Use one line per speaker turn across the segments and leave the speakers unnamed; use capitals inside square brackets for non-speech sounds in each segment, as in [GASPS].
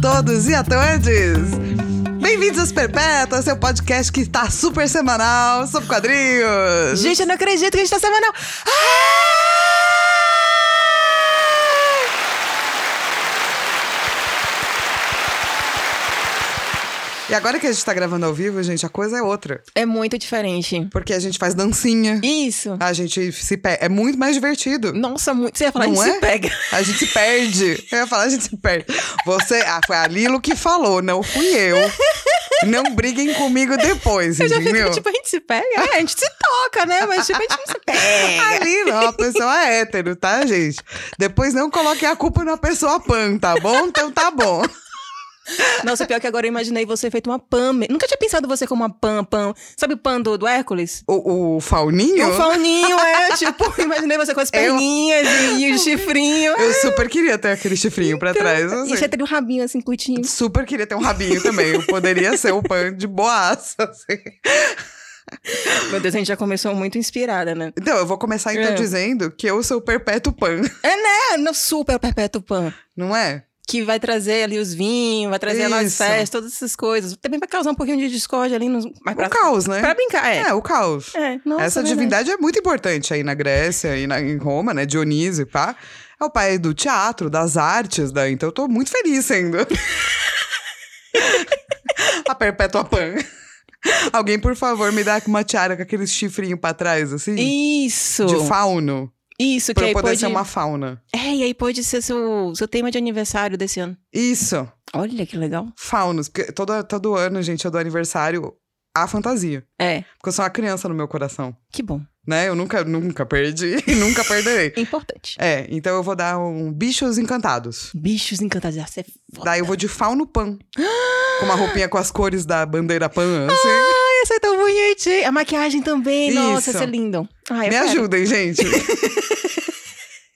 todos e a todas! Bem-vindos às Perpétuas, seu podcast que tá super semanal sobre quadrinhos!
Gente, eu não acredito que a gente tá semanal.
E agora que a gente tá gravando ao vivo, gente, a coisa é outra.
É muito diferente.
Porque a gente faz dancinha,
Isso.
a gente se pega. É muito mais divertido.
Nossa, muito. Você ia falar,
Não
a gente
é?
se pega.
A gente se perde. Eu ia falar, a gente se perde. Você. Ah, foi a Lilo que falou, não fui eu. Não briguem comigo depois,
Eu já fico,
entendeu?
tipo, a gente se pega? É, a gente se toca, né? Mas, tipo, a gente não se
[LAUGHS]
pega.
Ali não, a pessoa é hétero, tá, gente? Depois não coloquem a culpa na pessoa pan, tá bom? Então tá bom.
Nossa, pior que agora eu imaginei você feito uma pam. Nunca tinha pensado você como uma pam, pam. Sabe o pam do, do Hércules?
O, o fauninho?
Um fauninho, é, tipo, [LAUGHS] imaginei você com as
Eu-
perninhas e, e o chifrinho.
Eu super queria ter aquele chifrinho pra trás. não
E
sei.
você teria um rabinho assim, curtinho.
Super queria ter um rabinho também. Eu poderia ser o pan de boaça, assim.
Meu Deus, a gente já começou muito inspirada, né?
Então, eu vou começar então
É.
dizendo que eu sou o perpétuo pan,
É, no super perpétuo pan.
não é?
que vai trazer ali os vinhos, vai trazer lá as
Isso.
festas, todas essas coisas. Também vai causar um pouquinho de discórdia ali nos. Mas
O
pra,
caos, né?
pra brincar, é.
É, o caos.
É, nossa,
Essa
verdade.
divindade é muito importante aí na Grécia e na- em Roma, né? Dionísio e pá. É o pai do teatro, das artes, da... então eu tô muito feliz sendo. [LAUGHS] a Perpétua Pan. Alguém, por favor, me dá uma tiara com aquele chifrinho pra trás, assim?
Isso!
De fauno.
Isso, que
Pra eu
aí
poder
pode.
ser uma fauna.
É, e aí pode ser seu, seu tema de aniversário desse ano.
Isso.
Olha que legal.
Faunos. Porque todo, todo ano, gente, eu dou aniversário à fantasia.
É,
Porque eu sou uma criança no meu coração.
que bom.
Né? Eu nunca, nunca perdi [LAUGHS] e nunca perderei.
Importante.
É, então eu vou dar um Bichos Encantados.
Bichos encantados. Essa é foda.
Daí eu vou de Fauno
[GASPS]
Pan. com uma roupinha com as cores da bandeira Pan, assim.
Ai, essa é tão bonitinha. A maquiagem também.
Isso.
Nossa, essa é linda. Ai, eu
Me
quero.
ajudem,
[LAUGHS]
gente.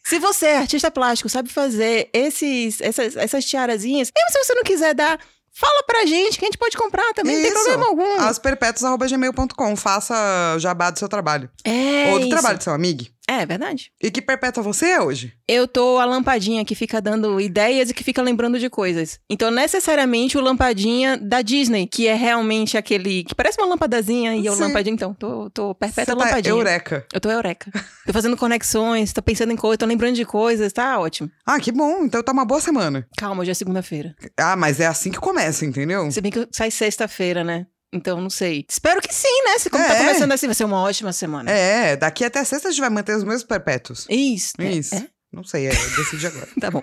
Se você é artista plástico, sabe fazer esses, essas, essas tiarazinhas, mesmo se você não quiser dar, fala pra gente que a gente pode comprar também, não tem
Isso.
problema algum.
Asperpetuas.gmail.com. Faça jabá do seu trabalho.
É,
Ou do
isso.
trabalho do seu amigo.
É verdade.
E que perpétua você é hoje?
Eu tô a lampadinha que fica dando ideias e que fica lembrando de coisas. Então, necessariamente, o lampadinha da Disney, que é realmente aquele que parece uma lampadazinha e eu
Sim.
lampadinha. Então, tô, tô
Você
perpétua
tá
lampadinha.
eureka.
Eu tô eureka. tô fazendo conexões, tô pensando em coisas, tô lembrando de coisas, tá ótimo.
Ah, que bom. Então tá uma boa semana.
Calma, hoje é segunda-feira.
Ah, mas é assim que começa, entendeu?
Se bem que sai sexta-feira, né? Então, não sei. Espero que sim, né? Se como tá
É.
começando assim, vai ser uma ótima semana.
É, daqui até sexta a gente vai manter os mesmos perpétuos.
Isso. né?
Isso.
É?
Não sei, é, eu decidi agora.
Tá bom.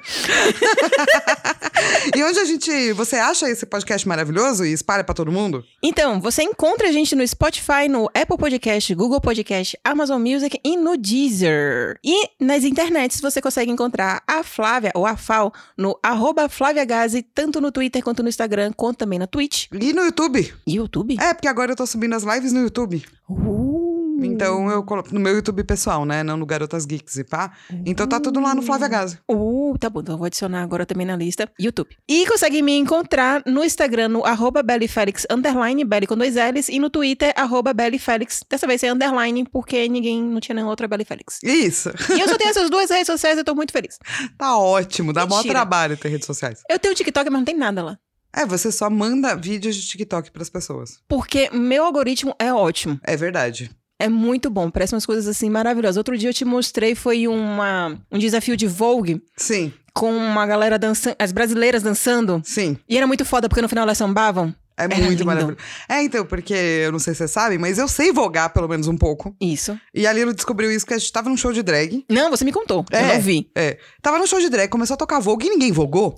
E onde a gente. Você acha esse podcast maravilhoso e espalha pra todo mundo?
Então, você encontra a gente no Spotify, no Apple Podcast, Google Podcast, Amazon Music e no Deezer. E nas internets você consegue encontrar a Flávia, ou a Fal, no arroba Flávia Gazi, tanto no Twitter quanto no Instagram, quanto também na Twitch
E no YouTube?
e YouTube.
É, porque agora eu tô subindo as lives no YouTube.
Uh.
Então eu coloco no meu YouTube pessoal, né? Não no Garotas Geeks e pá.
Hum.
Então tá tudo lá no Flávia Gazi.
Uh, tá bom, então eu vou adicionar agora também na lista YouTube. E consegue me encontrar no Instagram, no arroba belifelix, underline, belly com dois L's, e no Twitter, arroba belifelix. Dessa vez é underline, porque ninguém, não tinha nenhuma outra belifelix.
Isso. [LAUGHS]
E eu só tenho essas duas redes sociais, eu tô muito feliz.
Tá ótimo. Dá maior
Mentira.
trabalho ter redes sociais.
Eu tenho TikTok, mas não tem nada lá.
É, você só manda vídeos de TikTok pras pessoas.
Porque meu algoritmo é ótimo.
É verdade.
É muito bom, parece umas coisas assim maravilhosas. Outro dia eu te mostrei, foi uma, um desafio de Vogue
Sim,
com uma galera dançando, as brasileiras dançando.
sim.
E era muito foda, porque no final elas sambavam.
É
Era
muito
lindo.
maravilhoso. É, então, porque eu não sei se vocês sabem, mas eu sei vogar pelo menos um pouco.
Isso.
E a Lilo descobriu isso que a gente tava num show de drag.
Não, você me contou.
É.
Eu não vi.
É, tava no show de drag, começou a tocar Vogue e ninguém vogou.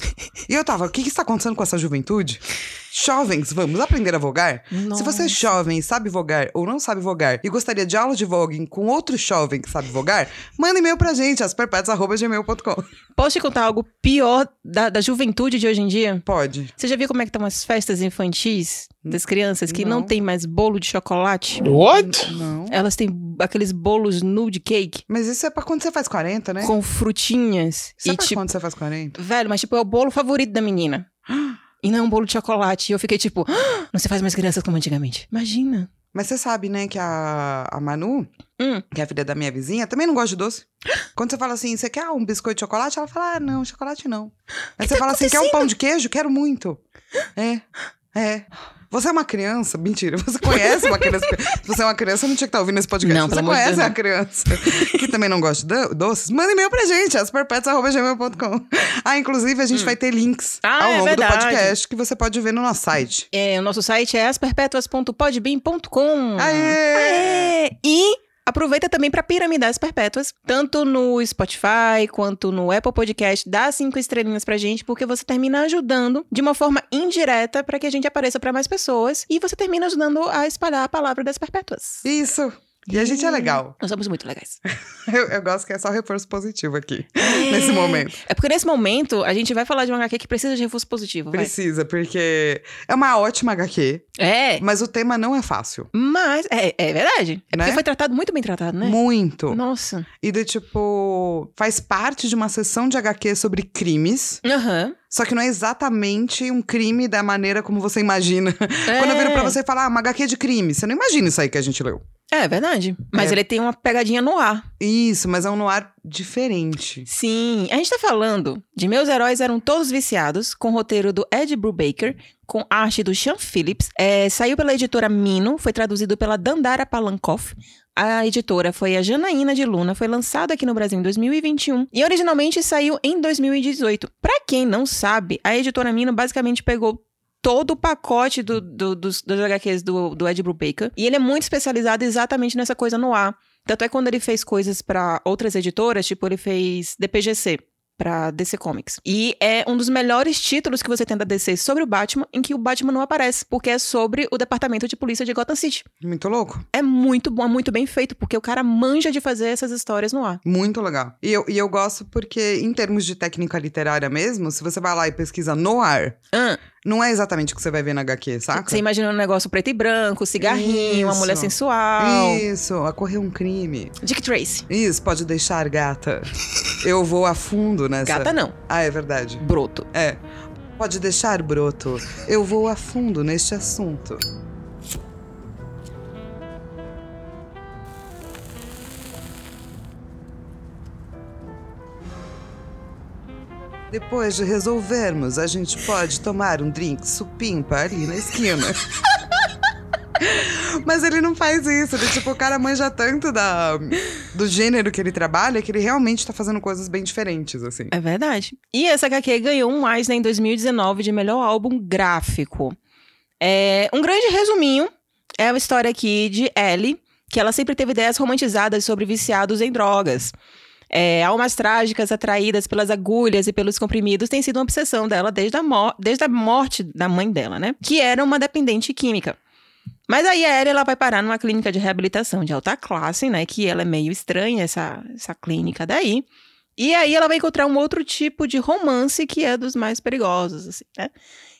E eu tava, o que que está acontecendo com essa juventude? Jovens, vamos aprender a vogar? Se você é jovem e sabe vogar ou não sabe vogar e gostaria de aula de voguing com outro jovem que sabe vogar, manda e-mail pra gente, asperpetas.gmail.com.
Posso te contar algo pior da, da juventude de hoje em dia?
Pode.
Você já viu como é que estão as festas infantis das crianças que não,
Não.
tem mais bolo de chocolate?
What?
Não.
Elas têm aqueles bolos nude cake
Mas isso é pra quando você faz 40, né?
com frutinhas
Isso é
e
pra
tipo,
quando você faz 40?
velho, mas tipo é o bolo favorito da menina. E não é um bolo de chocolate. E eu fiquei tipo, "Ah, não se faz mais crianças como antigamente. Imagina.
Mas você sabe, né, que a, a Manu,
Hum.
que é a filha da minha vizinha, também não gosta de
[GASPS]
doce. Quando você fala assim, você quer um biscoito de chocolate? Ela fala, ah, não, chocolate não. Aí
Que
você
tá
fala assim, quer um pão de queijo? Quero muito. É, é. Você é uma criança? Mentira, você conhece uma criança. Se [LAUGHS] você é uma criança, não tinha que estar ouvindo esse podcast.
Não,
você
pelo amor de
conhece
Deus,
uma
não.
criança que também não gosta de do- doces? Manda e-mail pra gente, asperpetas.gmail.com. Ah, inclusive, a gente vai ter links
Hum. Ah,
ao
é
longo
verdade.
do podcast que você pode ver no nosso site.
É, o nosso site é asperpetuas.podbean.com.
Aê!
Hum. Aê! É, E aproveita também para piramidar as perpétuas, tanto no Spotify quanto no Apple Podcast, dá cinco estrelinhas pra gente, porque você termina ajudando de uma forma indireta para que a gente apareça para mais pessoas e você termina ajudando a espalhar a palavra das perpétuas.
Isso! E a gente é legal. [LAUGHS]
Nós somos muito legais.
Eu, eu gosto que é só reforço positivo aqui, nesse momento.
[LAUGHS] É porque nesse momento a gente vai falar de uma HQ que precisa de reforço positivo, vai.
Precisa, porque é uma ótima HQ,
É.
mas o tema não é fácil.
Mas é, é verdade. É porque
Né?
foi tratado muito bem tratado, né?
Muito.
Nossa.
E do tipo, faz parte de uma sessão de HQ sobre crimes,
Aham.
só que não é exatamente um crime da maneira como você imagina. [LAUGHS] Quando eu viro pra
É.
você falar, ah, uma HQ de crime, você não imagina isso aí que a gente leu.
É verdade. Mas
É.
ele tem uma pegadinha no ar.
Isso, mas é um noir diferente.
Sim, a gente tá falando de Meus Heróis Eram Todos Viciados, com o roteiro do Ed Brubaker, com arte do Sean Phillips. É, saiu pela editora Mino, foi traduzido pela Dandara Palankoff. A editora foi a Janaína de Luna, foi lançado aqui no Brasil em 2021 e originalmente saiu em 2018. Pra quem não sabe, a editora Mino basicamente pegou todo o pacote do, do- dos, dos HQs do, do Ed Brubaker e ele é muito especializado exatamente nessa coisa no ar. Tanto é quando ele fez coisas pra outras editoras, tipo, ele fez DPGC pra DC Comics. E é um dos melhores títulos que você tem da DC sobre o Batman, em que o Batman não aparece, porque é sobre o departamento de polícia de Gotham City.
Muito louco.
É muito bom, é muito bem feito, porque o cara manja de fazer essas histórias no ar.
Muito legal. E eu, e eu gosto porque, em termos de técnica literária mesmo, se você vai lá e pesquisa no ar,
Ah,
não é exatamente o que você vai ver na HQ, saca?
você imagina um negócio preto e branco, cigarrinho, uma
Isso.
mulher sensual.
Isso, ocorreu um crime.
Dick Tracy.
Isso, pode deixar,
[LAUGHS]
gata. Eu vou a fundo nessa.
Gata não,
Ah, é verdade.
broto.
É. Pode deixar, broto. Eu vou a fundo neste assunto. Depois de resolvermos, a gente pode tomar um drink supimpa ali na esquina. [LAUGHS] Mas ele não faz isso. Ele, tipo, o cara manja tanto da, do gênero que ele trabalha que ele realmente tá fazendo coisas bem diferentes, assim.
É verdade. E essa HQ ganhou um Eisner em 2019 de melhor álbum gráfico. É, um grande resuminho é a história aqui de Ellie, que ela sempre teve ideias romantizadas sobre viciados em drogas. É, almas trágicas atraídas pelas agulhas e pelos comprimidos tem sido uma obsessão dela desde a, mo- desde a morte da mãe dela, né? Que era uma dependente química. Mas aí a Ellie, ela vai parar numa clínica de reabilitação de alta classe, né? Que ela é meio estranha, essa, essa clínica daí. E aí ela vai encontrar um outro tipo de romance que é dos mais perigosos, assim, né?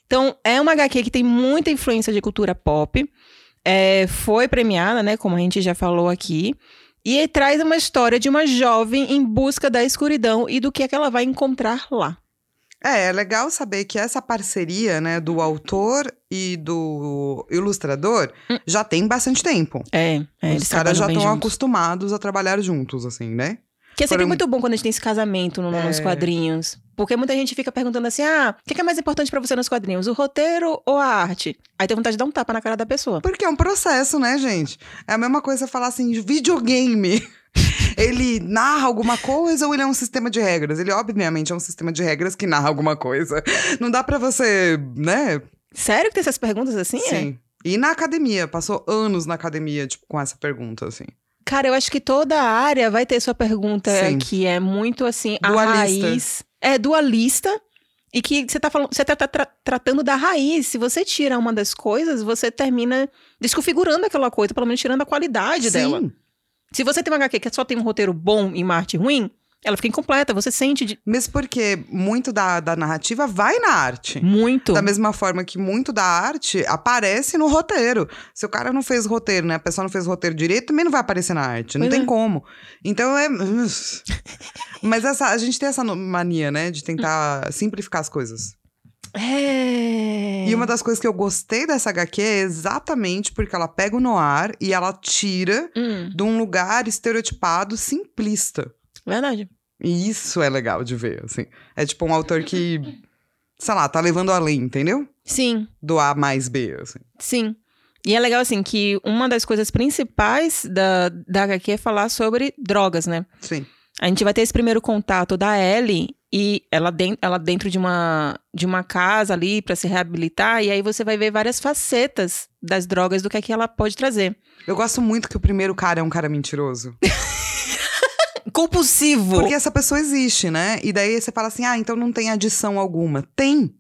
Então, é uma HQ que tem muita influência de cultura pop. É, foi premiada, né? Como a gente já falou aqui. E aí traz uma história de uma jovem em busca da escuridão e do que é que ela vai encontrar lá.
É, é legal saber que essa parceria, né, do autor e do ilustrador já tem bastante tempo.
É, Hum. é eles
Os caras já
estão
estão acostumados a trabalhar juntos, assim, né?
Que é sempre
Foram-
muito bom quando a gente tem esse casamento no- nos
É.
quadrinhos. Porque muita gente fica perguntando assim: ah, o que que é mais importante pra você nos quadrinhos? O roteiro ou a arte? Aí tem vontade de dar um tapa na cara da pessoa.
Porque é um processo, né, gente? É a mesma coisa falar assim, de videogame. [LAUGHS] ele narra alguma coisa ou ele é um sistema de regras? Ele, obviamente, é um sistema de regras que narra alguma coisa. Não dá pra você, né?
Sério que tem essas perguntas assim? é?
E na academia, passou anos na academia, tipo, com essa pergunta, assim.
Cara, eu acho que toda a área vai ter sua pergunta
Sim.
que é muito assim, a
Dualista.
raiz. É dualista. E que você tá falando, você tá, tá tra- tratando da raiz. Se você tira uma das coisas, você termina desconfigurando aquela coisa, pelo menos tirando a qualidade dela.
Sim.
Se você tem uma HQ que só tem um roteiro bom e uma arte ruim, ela fica incompleta, você sente de-
Mesmo porque muito da, da narrativa vai na arte.
muito.
Da mesma forma que muito da arte aparece no roteiro. Se o cara não fez roteiro, né? A pessoa não fez roteiro direito, também não vai aparecer na arte. Não
Pois
tem
é.
como. Então é. [LAUGHS] Mas essa, a gente tem essa no- mania, né? De tentar simplificar as coisas.
É.
E uma das coisas que eu gostei dessa HQ é exatamente porque ela pega o noir e ela tira
Hum,
de um lugar estereotipado simplista.
verdade.
E isso é legal de ver, assim. É tipo um autor que, sei lá, tá levando além, entendeu?
Sim,
Do A mais B, assim.
sim. E é legal, assim, que uma das coisas principais da, da HQ é falar sobre drogas, né?
Sim.
A gente vai ter esse primeiro contato da Ellie e ela, den- ela dentro de uma, de uma casa ali pra se reabilitar. E aí você vai ver várias facetas das drogas do que é que ela pode trazer.
Eu gosto muito que o primeiro cara é um cara mentiroso.
Compulsivo!
Porque essa pessoa existe, né? E daí você fala assim: ah, então não tem adição alguma. Tem.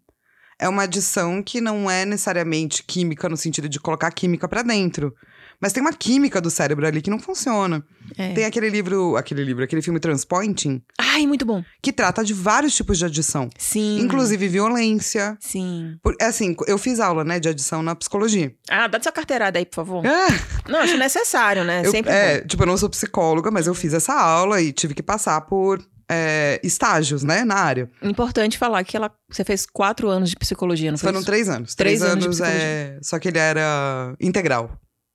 É uma adição que não é necessariamente química no sentido de colocar química pra dentro. Mas tem uma química do cérebro ali que não funciona.
É.
Tem aquele livro, aquele livro, aquele filme Transpointing,
Ai, muito bom.
que trata de vários tipos de adição,
Sim.
inclusive violência.
Sim.
Por- é assim, eu fiz aula, né, de adição na psicologia.
Ah, dá sua carteirada aí, por favor.
É,
Não, acho necessário, né?
eu-
Sempre.
é, tipo, eu não sou psicóloga, mas eu fiz essa aula e tive que passar por é, estágios, né, na área.
bom. Importante falar que ela, você fez quatro anos de psicologia, não foi?
Foram
isso?
três anos.
Três
Três,
anos de
anos, é. Só que ele era integral.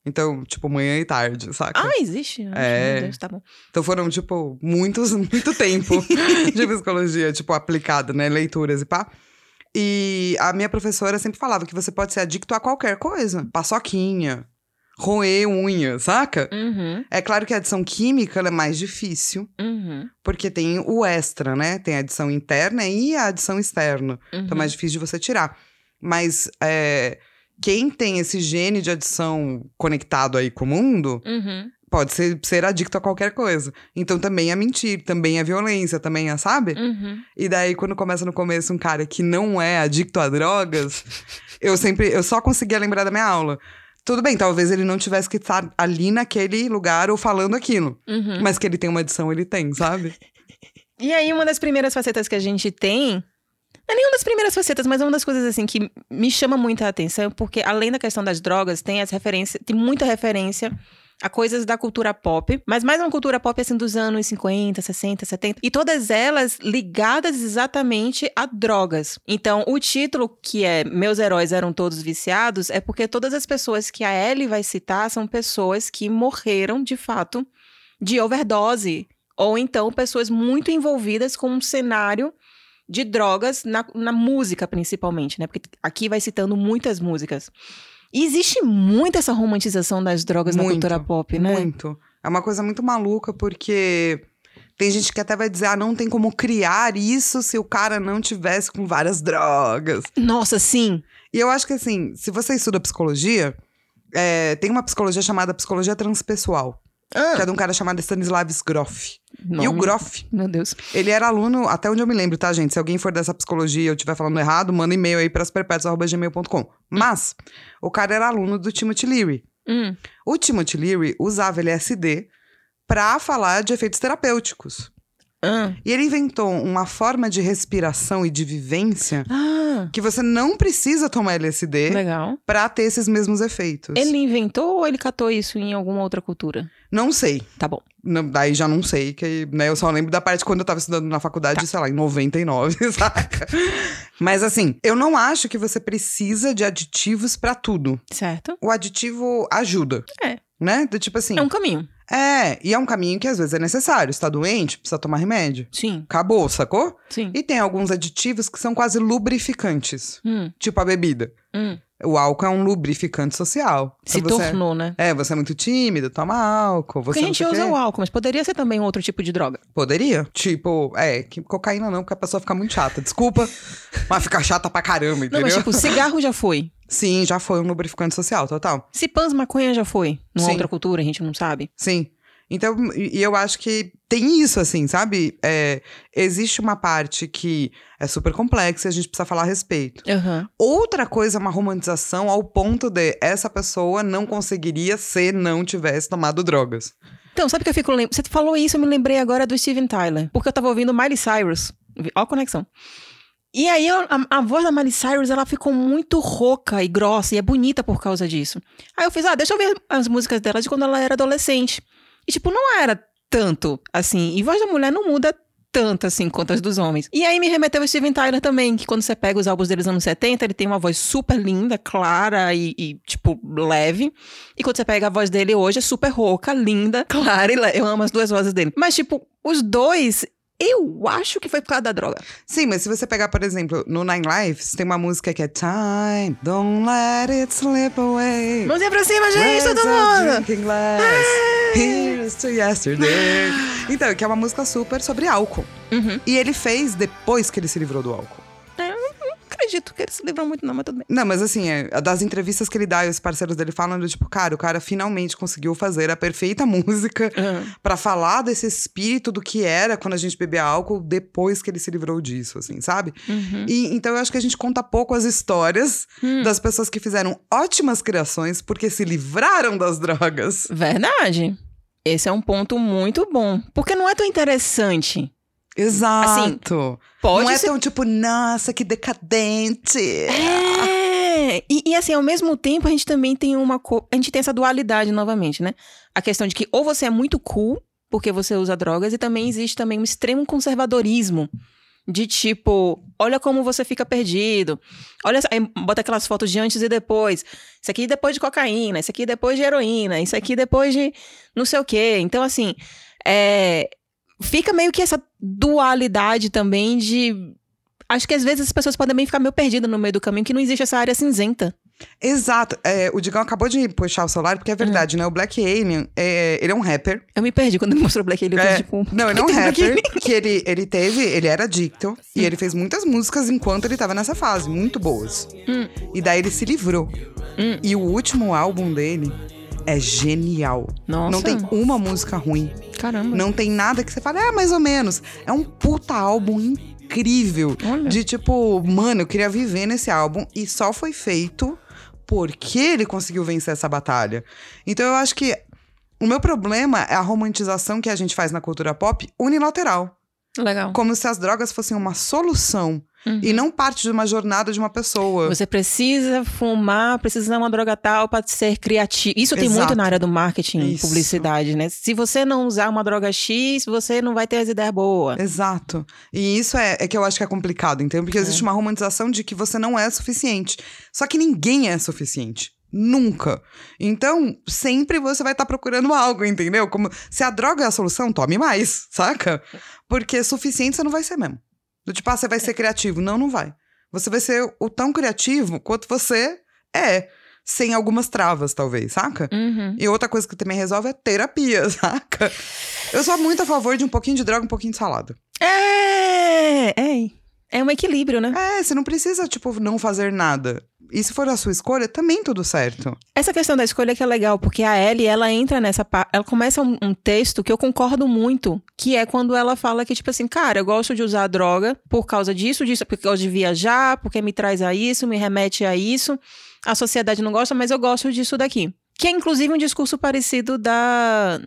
Então, tipo, manhã e tarde, saca?
Ah, existe? Ai,
É.
Meu Deus, tá bom.
Então foram, tipo, muitos, [LAUGHS] muito
[LAUGHS]
tempo de psicologia, tipo, aplicada, né? Leituras e pá. E a minha professora sempre falava que você pode ser adicto a qualquer coisa. Paçoquinha, roer unha, saca?
Uhum,
É claro que a adição química ela é mais difícil,
uhum, uhum.
porque tem o extra, né? Tem a adição interna e a adição externa.
Uhum.
Então é mais difícil de você tirar. Mas é, quem tem esse gene de adição conectado aí com o mundo
Uhum.
pode ser, ser adicto a qualquer coisa. Então também é mentir, também é violência, também é, sabe?
Uhum.
E daí, quando começa no começo um cara que não é adicto a drogas, eu sempre. Eu só conseguia lembrar da minha aula. Tudo bem, talvez ele não tivesse que estar ali naquele lugar ou falando aquilo.
Uhum.
Mas que ele tem uma adição, ele tem,
[LAUGHS]
sabe?
E aí, uma das primeiras facetas que a gente tem. Não é nenhuma das primeiras facetas, mas é uma das coisas assim que me chama muita atenção, porque além da questão das drogas, tem as referências, tem muita referência a coisas da cultura pop, mas mais uma cultura pop assim dos anos 50, 60, 70, e todas elas ligadas exatamente a drogas. Então, o título que é Meus heróis eram todos viciados é porque todas as pessoas que a Ellie vai citar são pessoas que morreram de fato de overdose ou então pessoas muito envolvidas com um cenário de drogas na, na música, principalmente, né? Porque aqui vai citando muitas músicas. E existe muito essa romantização das drogas na
Muito,
cultura pop, né?
Muito. É uma coisa muito maluca, porque tem gente que até vai dizer, ah, não tem como criar isso se o cara não tivesse com várias drogas.
Nossa, sim.
E eu acho que, assim, se você estuda psicologia, é, tem uma psicologia chamada psicologia transpessoal, que é de um cara chamado Stanislav Grof. E o
Nome.
Grof,
Meu Deus.
ele era aluno, até onde eu me lembro, tá, gente? Se alguém for dessa psicologia e eu estiver falando errado, manda e-mail aí para superpets.gmail.com. Mas, o cara era aluno do Timothy Leary.
Hum.
O Timothy Leary usava LSD pra falar de efeitos terapêuticos.
Ah.
E ele inventou uma forma de respiração e de vivência
Ah,
que você não precisa tomar
É?
LSD
legal.
pra ter esses mesmos efeitos.
Né? Ele inventou ou ele catou isso em alguma outra cultura?
Não sei.
Tá bom.
Não- daí já não sei, que né, eu só lembro da parte quando eu tava estudando na faculdade,
Tá.
sei lá, em 99, [LAUGHS] saca? Mas assim, eu não acho que você precisa de aditivos pra tudo.
Certo?
O aditivo ajuda.
É.
Né? Do tipo assim.
É um caminho.
É, e é um caminho que às vezes é necessário. Está doente, precisa tomar remédio.
Sim,
Acabou, sacou?
sim.
E tem alguns aditivos que são quase lubrificantes,
Hum,
tipo a bebida.
hum.
O álcool é um lubrificante social.
Se
Então você-
tornou, né?
É, você é muito tímido, toma álcool. Você
Porque a gente
não sei
usa
quê.
o álcool, mas poderia ser também outro tipo de droga.
Poderia. Tipo, é, que cocaína não, porque a pessoa fica muito chata.
[LAUGHS]
Desculpa, mas fica chata pra caramba,
Não,
entendeu?
mas tipo, cigarro já foi.
Sim, já foi um lubrificante social, total.
Se pans maconha já foi. Numa
Sim.
outra cultura, a gente não sabe.
Sim. Então, e e eu acho que tem isso, assim, sabe? É, existe uma parte que é super complexa e a gente precisa falar a respeito.
Aham.
Outra coisa é uma romantização ao ponto de essa pessoa não conseguiria se não tivesse tomado drogas.
Então, sabe o que eu fico lembrando? Você falou isso, eu me lembrei agora do Steven Tyler. Porque eu tava ouvindo Miley Cyrus. Ó a conexão. E aí, eu- a, a voz da Miley Cyrus, ela ficou muito rouca e grossa. E é bonita por causa disso. Aí eu fiz, ah, deixa eu ver as músicas dela de quando ela era adolescente. E, tipo, não era tanto, assim. E voz da mulher não muda tanto assim quanto as dos homens. E aí me remeteu o Steven Tyler também, que quando você pega os álbuns deles nos anos 70, ele tem uma voz super linda, clara e, e, tipo, leve. E quando você pega a voz dele hoje, é super rouca, linda, [LAUGHS] clara e leve. Eu amo as duas vozes dele. Mas, tipo, os dois, eu acho que foi por causa da droga.
Sim, mas se você pegar, por exemplo, no Nine Lives, tem uma música que é Time, don't let it slip away.
Mãozinha pra cima, gente, todo
Raise a
mundo!
drinking glass.
Ah!
Here's to
[GASPS]
yesterday. Então, que é uma música super sobre álcool.
Uhum.
E ele fez depois que ele se livrou do álcool.
Não acredito que eles se livram muito, não, mas tudo bem.
Não, mas assim, é, das entrevistas que ele dá e os parceiros dele falando, tipo, cara, o cara finalmente conseguiu fazer a perfeita [LAUGHS] música
Uhum.
Pra falar desse espírito do que era quando a gente bebia álcool depois que ele se livrou disso, assim, sabe?
Uhum.
E, então eu acho que a gente conta pouco as histórias
Hum.
das pessoas que fizeram ótimas criações porque se livraram das
Assim,
drogas.
Verdade. Esse é um ponto muito bom. Porque não é tão interessante.
Exato.
Pode
Não é
ser.
tão tipo, nossa, que decadente.
É! E, e, assim, ao mesmo tempo, a gente também tem uma. co- A gente tem essa dualidade novamente, né? A questão de que ou você é muito cool porque você usa drogas, e também existe também um extremo conservadorismo. De tipo, olha como você fica perdido. Olha, aí bota aquelas fotos de antes e depois. Isso aqui depois de cocaína, isso aqui depois de heroína, isso aqui depois de não sei o quê. Então, assim, é, fica meio que essa dualidade também de. Acho que às vezes as pessoas podem também ficar meio perdidas no meio do caminho, que não existe essa área cinzenta.
Exato. É, o Digão acabou de puxar o celular, porque é
Hum.
verdade, né? O Black Alien, é, ele é um rapper.
Eu me perdi quando me mostrou Black Alien, eu
É,
fiz, tipo...
Não,
[LAUGHS]
ele é um
Entendo
rapper que ele, ele teve, ele era adicto e ele fez muitas músicas enquanto ele tava nessa fase, muito boas.
Hum.
E daí ele se livrou.
Hum.
E o último álbum dele é genial.
Nossa,
Não tem uma música ruim.
caramba.
Não tem nada que você fale, ah, mais ou menos. É um puta álbum incrível.
Olha.
De tipo, mano, eu queria viver nesse álbum e só foi feito porque ele conseguiu vencer essa batalha. Então eu acho que o meu problema é a romantização que a gente faz na cultura pop unilateral.
Legal.
Como se as drogas fossem uma solução
Uhum.
e não parte de uma jornada de uma pessoa.
Você precisa fumar, precisa usar uma droga tal pra ser criativo. Isso tem
Exato.
muito na área do marketing,
Isso.
publicidade, né? Se você não usar uma droga X, você não vai ter as ideias boas.
Exato. E isso é, é que eu acho que é complicado, entendeu? Porque existe uma romantização de que você não é suficiente. Só que ninguém é suficiente. Nunca. Então, sempre você vai estar procurando algo, entendeu? Como se a droga é a solução, tome mais, saca? Porque suficiente você não vai ser mesmo. Do tipo, ah, você vai ser criativo. Não, não vai. Você vai ser o tão criativo quanto você é. Sem algumas travas, talvez, saca?
Uhum.
E outra coisa que também resolve é terapia, [LAUGHS] saca? Eu sou muito a favor de um pouquinho de droga e um pouquinho de salada.
É, é, é um equilíbrio, né?
É, você não precisa, tipo, não fazer nada. E se for a sua escolha, também tudo certo.
Essa questão da escolha que é legal, porque a Ellie, ela entra nessa parte. Ela começa um, um texto que eu concordo muito, que é quando ela fala que, tipo assim, cara, eu gosto de usar droga por causa disso, disso, porque eu gosto de viajar, porque me traz a isso, me remete a isso. A sociedade não gosta, mas eu gosto disso daqui. Que é, inclusive, um discurso parecido da,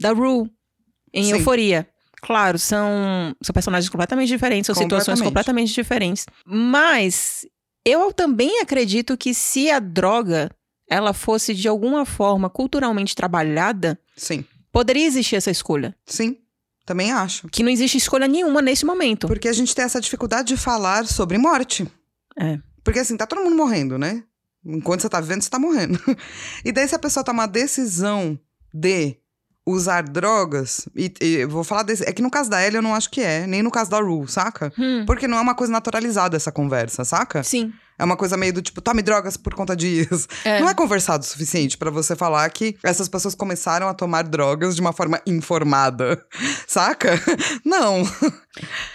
da Rue, em
Sim.
Euforia. Claro, são, são personagens completamente diferentes, são situações
Completamente.
completamente diferentes. Mas eu também acredito que se a droga ela fosse de alguma forma culturalmente trabalhada,
Sim.
poderia existir essa escolha.
Sim. Também acho.
Que não existe escolha nenhuma nesse momento.
Porque a gente tem essa dificuldade de falar sobre morte.
É.
Porque assim, tá todo mundo morrendo, né? Enquanto você tá vivendo, você tá morrendo. [LAUGHS] E daí, se a pessoa tomar a decisão de usar drogas, e, e eu vou falar desse. É que no caso da Ellie eu não acho que é, nem no caso da Rue, saca?
Hum,
Porque não é uma coisa naturalizada essa conversa, saca?
Sim.
É uma coisa meio do tipo, tome drogas por conta disso.
É.
Não é conversado o suficiente pra você falar que essas pessoas começaram a tomar drogas de uma forma informada. [LAUGHS] Saca? Não.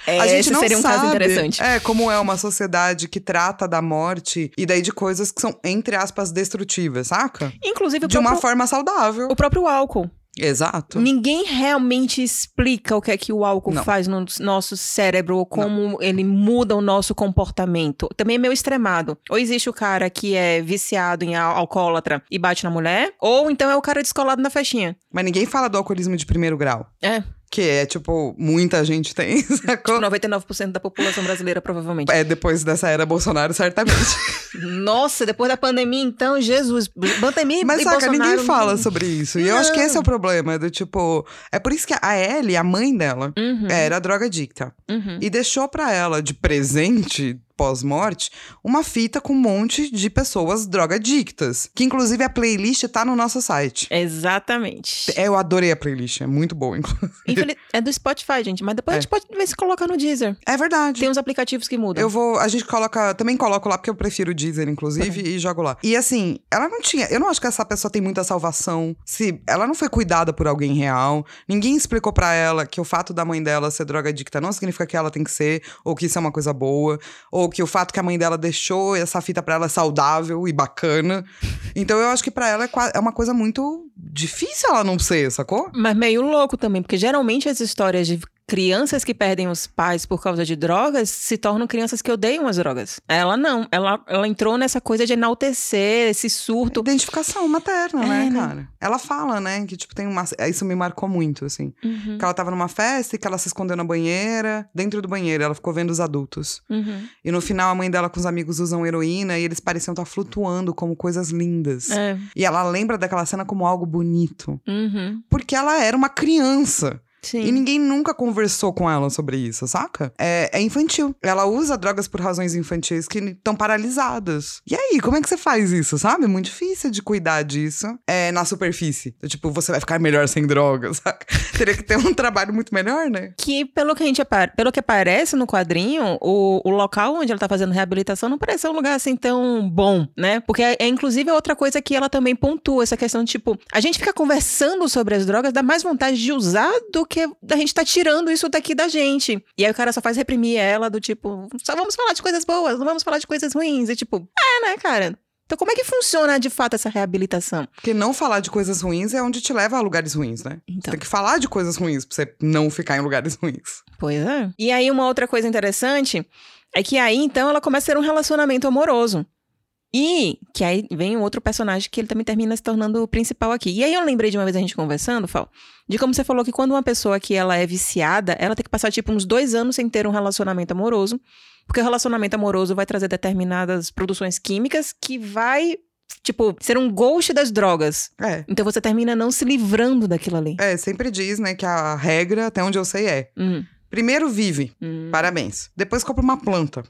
a gente
esse
É, não
seria um
sabe,
caso interessante.
É, como é uma sociedade que trata da morte e daí de coisas que são, entre aspas, destrutivas, saca?
Inclusive,
É,
o
De
próprio,
uma forma saudável.
o próprio álcool.
Exato.
Ninguém realmente explica o que é que o álcool
Não.
faz no nosso cérebro, ou como ele muda o nosso comportamento. Também é meio extremado. Ou existe o cara que é viciado em al- alcoólatra e bate na mulher, ou então é o cara descolado na festinha.
Mas ninguém fala do alcoolismo de primeiro grau.
É.
que é tipo, muita gente tem, [LAUGHS]
Tipo,
sacou?
99% da população brasileira, provavelmente.
É depois dessa era Bolsonaro, certamente.
Nossa, depois da pandemia, então, Jesus. Pandemia e-
Mas
e
saca,
Bolsonaro
ninguém
não-
fala assim. sobre isso. E eu acho que esse é o problema do tipo. É por isso que a Ellie, a mãe dela,
Uhum,
era drogadicta.
uhum.
E deixou pra ela de presente. Pós-morte, uma fita com um monte de pessoas drogadictas. Que inclusive a playlist tá no nosso site.
Exatamente.
É, Eu adorei a playlist, é muito boa, inclusive.
Infeliz- É do Spotify, gente, mas depois a gente pode ver se coloca no Deezer.
É verdade.
Tem uns aplicativos que mudam.
Eu vou. A gente coloca. Também coloco lá, porque eu prefiro o Deezer, inclusive, e jogo lá. E assim, ela não tinha. Eu não acho que essa pessoa tem muita salvação. Se ela não foi cuidada por alguém real, ninguém explicou pra ela que o fato da mãe dela ser drogadicta não significa que ela tem que ser, ou que isso é uma coisa boa, ou que o fato que a mãe dela deixou essa fita pra ela é saudável e bacana. Então eu acho que pra ela é qua- é uma coisa muito difícil ela não ser, sacou?
Mas meio louco também, porque geralmente as histórias de crianças que perdem os pais por causa de drogas se tornam crianças que odeiam as drogas. Ela não. Ela, ela entrou nessa coisa de enaltecer esse surto.
Identificação materna,
É,
né,
né?
cara? Ela fala, né, que tipo tem uma. Isso me marcou muito, assim.
Uhum,
Que ela tava numa festa e que ela se escondeu na banheira. Dentro do banheiro, ela ficou vendo os adultos.
uhum.
E no final, a mãe dela com os amigos usam heroína e eles pareciam estar flutuando como coisas lindas.
É,
E ela lembra daquela cena como algo bonito.
uhum.
Porque ela era uma criança. E
Sim.
ninguém nunca conversou com ela sobre isso, saca? É, é infantil. Ela usa drogas por razões infantis que estão paralisadas. E aí, como é que você faz isso, sabe? É muito difícil de cuidar disso é, na superfície. Tipo, você vai ficar melhor sem drogas, [LAUGHS] saca? Teria que ter um trabalho muito melhor, né?
Que pelo que a gente apa- pelo que aparece no quadrinho, o, o local onde ela tá fazendo reabilitação não parece ser um lugar assim tão bom, né? Porque é, é, inclusive outra coisa que ela também pontua, essa questão de tipo, a gente fica conversando sobre as drogas, dá mais vontade de usar do que a gente tá tirando isso daqui da gente. E aí o cara só faz reprimir ela do tipo, só vamos falar de coisas boas, não vamos falar de coisas ruins. E tipo, é, né, cara? Então como é que funciona de fato essa reabilitação?
Porque não falar de coisas ruins é onde te leva a lugares ruins, né?
Então.
Tem que falar de coisas ruins pra você não ficar em lugares ruins.
Pois é. E aí, uma outra coisa interessante é que aí, então, ela começa a ter um relacionamento amoroso. E que aí vem um outro personagem que ele também termina se tornando o principal aqui. E aí eu lembrei de uma vez a gente conversando, Fal, de como você falou que quando uma pessoa que ela é viciada, ela tem que passar tipo uns dois anos sem ter um relacionamento amoroso. Porque o relacionamento amoroso vai trazer determinadas produções químicas que vai, tipo, ser um ghost das drogas.
É.
Então você termina não se livrando daquilo ali.
É, sempre diz, né, que a regra, até onde eu sei, é.
Hum,
Primeiro vive.
hum.
Parabéns. Depois compra uma planta.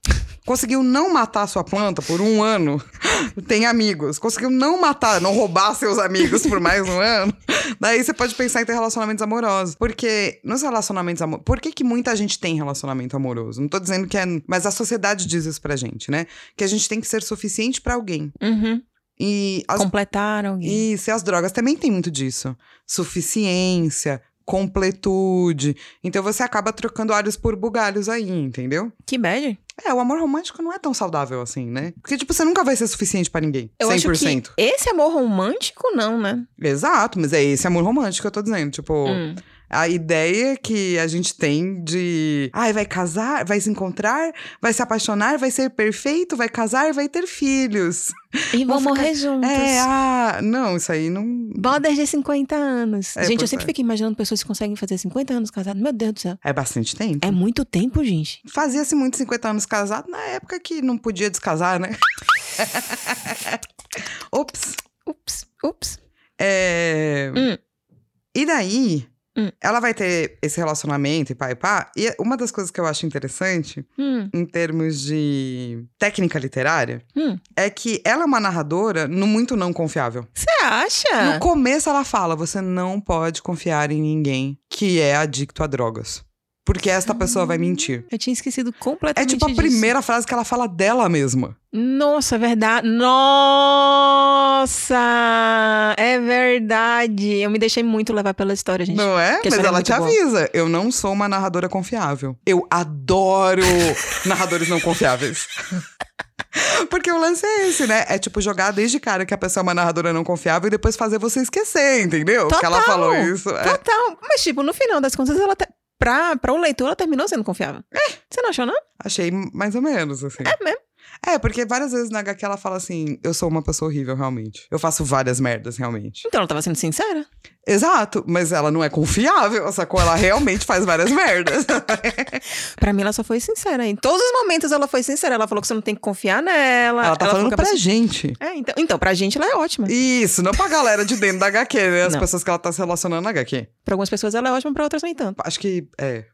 Conseguiu não matar sua planta por um ano? [LAUGHS] Tem amigos. Conseguiu não matar, não roubar seus amigos por mais um ano? Daí você pode pensar em ter relacionamentos amorosos. Porque nos relacionamentos amorosos. Por que, que muita gente tem relacionamento amoroso? Não tô dizendo que é. Mas a sociedade diz isso pra gente, né? Que a gente tem que ser suficiente pra alguém.
Uhum.
E as
Completar alguém.
isso, e as drogas também tem muito disso. Suficiência, completude. Então você acaba trocando alhos por bugalhos aí, entendeu?
Que bad.
É, o amor romântico não é tão saudável assim, né? Porque, tipo, você nunca vai ser suficiente pra ninguém.
Eu
100%.
acho que esse amor romântico, não, né?
Exato, mas é esse amor romântico que eu tô dizendo. Tipo,
Hum.
a ideia que a gente tem de. Ai, vai casar, vai se encontrar, vai se apaixonar, vai ser perfeito, vai casar, vai ter filhos.
E
Vão
vão
ficar-
morrer juntos.
É, ah. Não, isso aí não.
Bodas de 50 anos.
É,
gente, eu
pois
sempre
é.
fico imaginando pessoas que conseguem fazer 50 anos casados. Meu Deus do céu.
É bastante tempo.
É muito tempo, gente.
Fazia-se muito 50 anos casado na época que não podia descasar, né? [LAUGHS] Ops.
Ups, ups.
É...
Hum.
E daí,
Hum.
ela vai ter esse relacionamento e pá e pá. E uma das coisas que eu acho interessante,
Hum,
em termos de técnica literária,
hum.
é que ela é uma narradora no muito não confiável.
Você acha?
No começo, ela fala: você não pode confiar em ninguém que é adicto a drogas. Porque esta pessoa vai mentir.
Eu tinha esquecido
É
completamente
tipo a
Ah, disso.
primeira frase que ela fala dela mesma.
Nossa, é verdade. Nossa! É verdade. Eu me deixei muito levar pela história, gente.
Não é?
que a
Mas
história é
ela
muito
te
boa.
avisa. Eu não sou uma narradora confiável. Eu
[LAUGHS]
adoro narradores não confiáveis. Porque o lance é esse, né? É tipo jogar desde cara que a pessoa é uma narradora não confiável e depois fazer você esquecer, entendeu? Que ela
Total.
falou isso. É.
Total. Mas, tipo, no final das contas, ela te...
É.
pra, pra o leitor, ela terminou sendo confiável. Você não achou, não?
Achei mais ou menos, assim.
É mesmo.
É, porque várias vezes na HQ ela fala assim: eu sou uma pessoa horrível, realmente. Eu faço várias merdas, realmente.
Então ela tava sendo sincera.
Exato, mas ela não é confiável, sacou? Ela realmente faz várias merdas.
Pra mim, ela só foi sincera. Em todos os momentos ela foi sincera. Ela falou que você não tem que confiar nela.
Ela tá
falou
falando
que a
pra
pessoa-
gente.
É, então, então, pra gente ela é ótima.
Isso, não pra galera de dentro da HQ, né? As
Não.
pessoas que ela tá se relacionando na HQ.
Pra algumas pessoas ela é ótima, pra outras nem tanto.
Acho que é.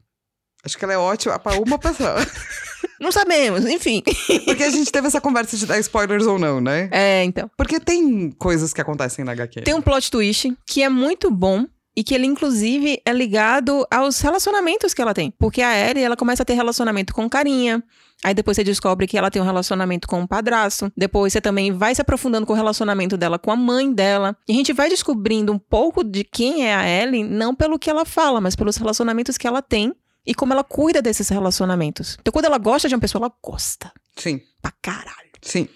Acho que ela é ótima pra uma pessoa.
[LAUGHS] Não sabemos, [LAUGHS] enfim.
Porque a gente teve essa conversa de dar spoilers ou não, né?
É, então.
Porque tem coisas que acontecem na HQ.
Tem um plot twist que é muito bom e que ele, inclusive, é ligado aos relacionamentos que ela tem. Porque a Ellie, ela começa a ter relacionamento com carinha. Aí depois você descobre que ela tem um relacionamento com o padrasto. Depois você também vai se aprofundando com o relacionamento dela com a mãe dela. E a gente vai descobrindo um pouco de quem é a Ellie, não pelo que ela fala, mas pelos relacionamentos que ela tem e como ela cuida desses relacionamentos. Então quando ela gosta de uma pessoa, ela gosta
Sim,
pra caralho.
sim.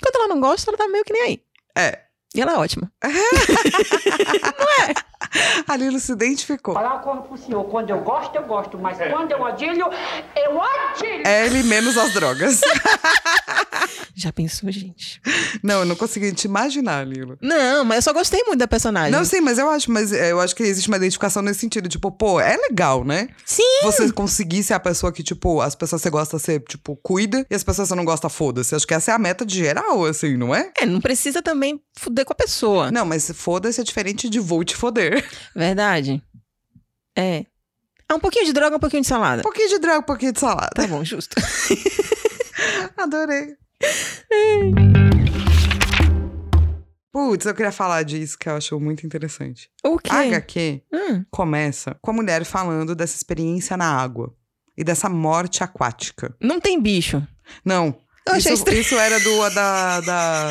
Quando ela não gosta, ela tá meio que nem aí.
É.
E ela é ótima.
A Lilo se identificou.
Falar uma coisa pro senhor, quando eu gosto, eu gosto, mas quando eu adilho, eu adilho!
Ellie É menos as
[LAUGHS]
drogas.
Já pensou, gente?
não, eu não consegui te imaginar, Lilo.
Não, mas eu só gostei muito da personagem.
Não, sim, mas eu acho, mas é, eu acho que existe uma identificação nesse sentido, tipo, pô, é legal, né?
Sim!
Você conseguir ser a pessoa que, tipo, as pessoas que você gosta ser, tipo, cuida, e as pessoas que você não gosta, foda-se. Acho que essa é a meta de geral, assim, não é?
É, não precisa também fuder com a pessoa.
Não, mas foda-se é diferente de vou te foder.
Verdade. É. Ah, um pouquinho de droga, um pouquinho de salada.
Um pouquinho de droga, um pouquinho de
[LAUGHS]
salada.
Tá bom, justo.
Adorei. Putz, eu queria falar disso que eu acho muito interessante.
O quê?
A HQ
Hum,
começa com a mulher falando dessa experiência na água e dessa morte aquática.
não tem bicho.
Não.
Eu achei
isso,
estranho.
isso era do da, da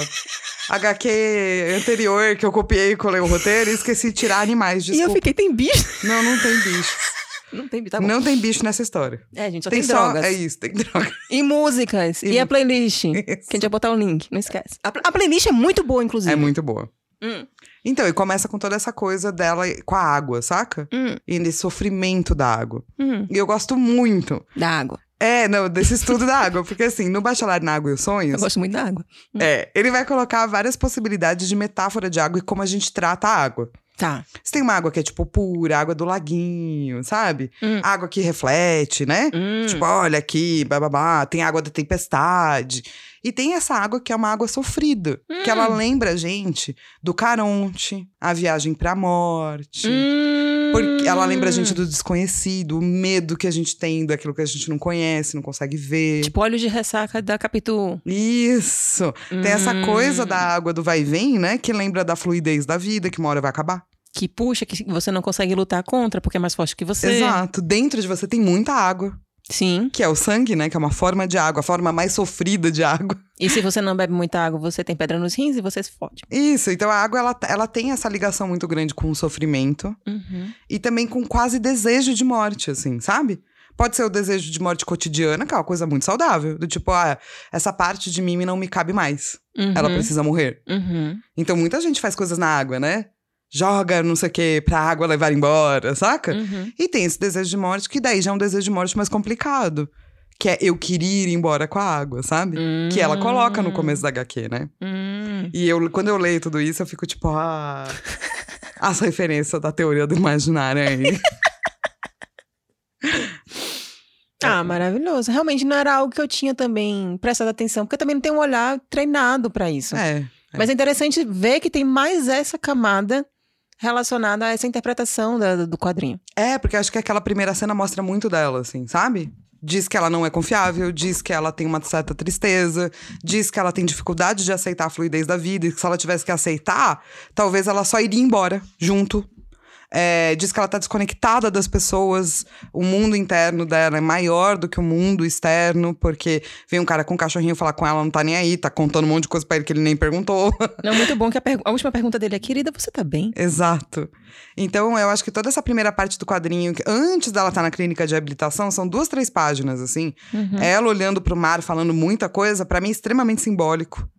HQ anterior que eu copiei e colei o roteiro e esqueci de tirar animais,
E eu
desculpa.
fiquei, tem bicho?
Não, não tem bichos.
[LAUGHS] Não tem bicho, tá bom.
Não tem bicho nessa história.
É, gente, só tem,
tem só.
drogas.
É isso, tem droga.
E músicas. E,
E
a playlist.
Isso.
Que a gente vai botar o link, não esquece. A, pl- a playlist é muito boa, inclusive.
É muito boa.
Hum,
Então, e começa com toda essa coisa dela com a água, saca?
hum,
E nesse sofrimento da água.
hum.
E eu gosto muito.
Da água.
É, não, desse estudo da água. Porque assim, no Bacharelado na Água e os
Eu
Sonhos,
gosto muito da água.
é, ele vai colocar várias possibilidades de metáfora de água e como a gente trata a água.
Tá.
Você tem uma água que é tipo pura, água do laguinho, sabe?
Hum.
Água que reflete, né?
Hum.
Tipo, olha aqui, bababá, tem água da tempestade. E tem essa água que é uma água sofrida, que ela
Hum.
lembra a gente do Caronte, a viagem pra morte.
Hum.
Porque ela lembra a gente do desconhecido, o medo que a gente tem daquilo que a gente não conhece, não consegue ver.
Tipo, olhos de ressaca da Capitu. Hum.
Isso! Tem essa coisa da água do vai e vem, né? Que lembra da fluidez da vida, que uma hora vai acabar.
que puxa, que você não consegue lutar contra porque é mais forte que você.
Exato. Dentro de você tem muita água,
Sim.
que é o sangue, né? Que é uma forma de água, a forma mais sofrida de água. [LAUGHS]
E se você não bebe muita água, você tem pedra nos rins e você se fode.
Isso. Então a água, ela, ela tem essa ligação muito grande com o sofrimento
Uhum.
e também com quase desejo de morte, assim, sabe? Pode ser o desejo de morte cotidiana, que é uma coisa muito saudável. Do tipo, ah, essa parte de mim não me cabe mais.
Uhum.
Ela precisa morrer.
Uhum.
Então muita gente faz coisas na água, né? Joga não sei o quê pra água levar embora, saca?
Uhum.
E tem esse desejo de morte, que daí já é um desejo de morte mais complicado. Que é eu querer ir embora com a água, sabe? Que ela coloca
Uhum.
no começo da HQ, né?
Hum.
E eu, quando eu leio tudo isso, eu fico tipo, ah. As referências da teoria do imaginário aí.
Ah, maravilhoso. Realmente não era algo que eu tinha também prestado atenção, porque eu também não tenho um olhar treinado pra isso.
é.
Mas é interessante ver que tem mais essa camada relacionada a essa interpretação da- do quadrinho.
É, porque eu acho que aquela primeira cena mostra muito dela, assim, sabe? Diz que ela não é confiável, diz que ela tem uma certa tristeza, diz que ela tem dificuldade de aceitar a fluidez da vida, e que se ela tivesse que aceitar, talvez ela só iria embora junto. É, diz que ela tá desconectada das pessoas, o mundo interno dela é maior do que o mundo externo, porque vem um cara com um cachorrinho falar com ela, não tá nem aí, tá contando um monte de coisa pra ele que ele nem perguntou. [LAUGHS]
Não, muito bom que a, pergu- a última pergunta dele é: querida, você tá bem?
Exato. Então, eu acho que toda essa primeira parte do quadrinho, que antes dela estar na clínica de habilitação, são duas, três páginas, assim. Ela olhando pro mar, falando muita coisa, pra mim, é extremamente simbólico.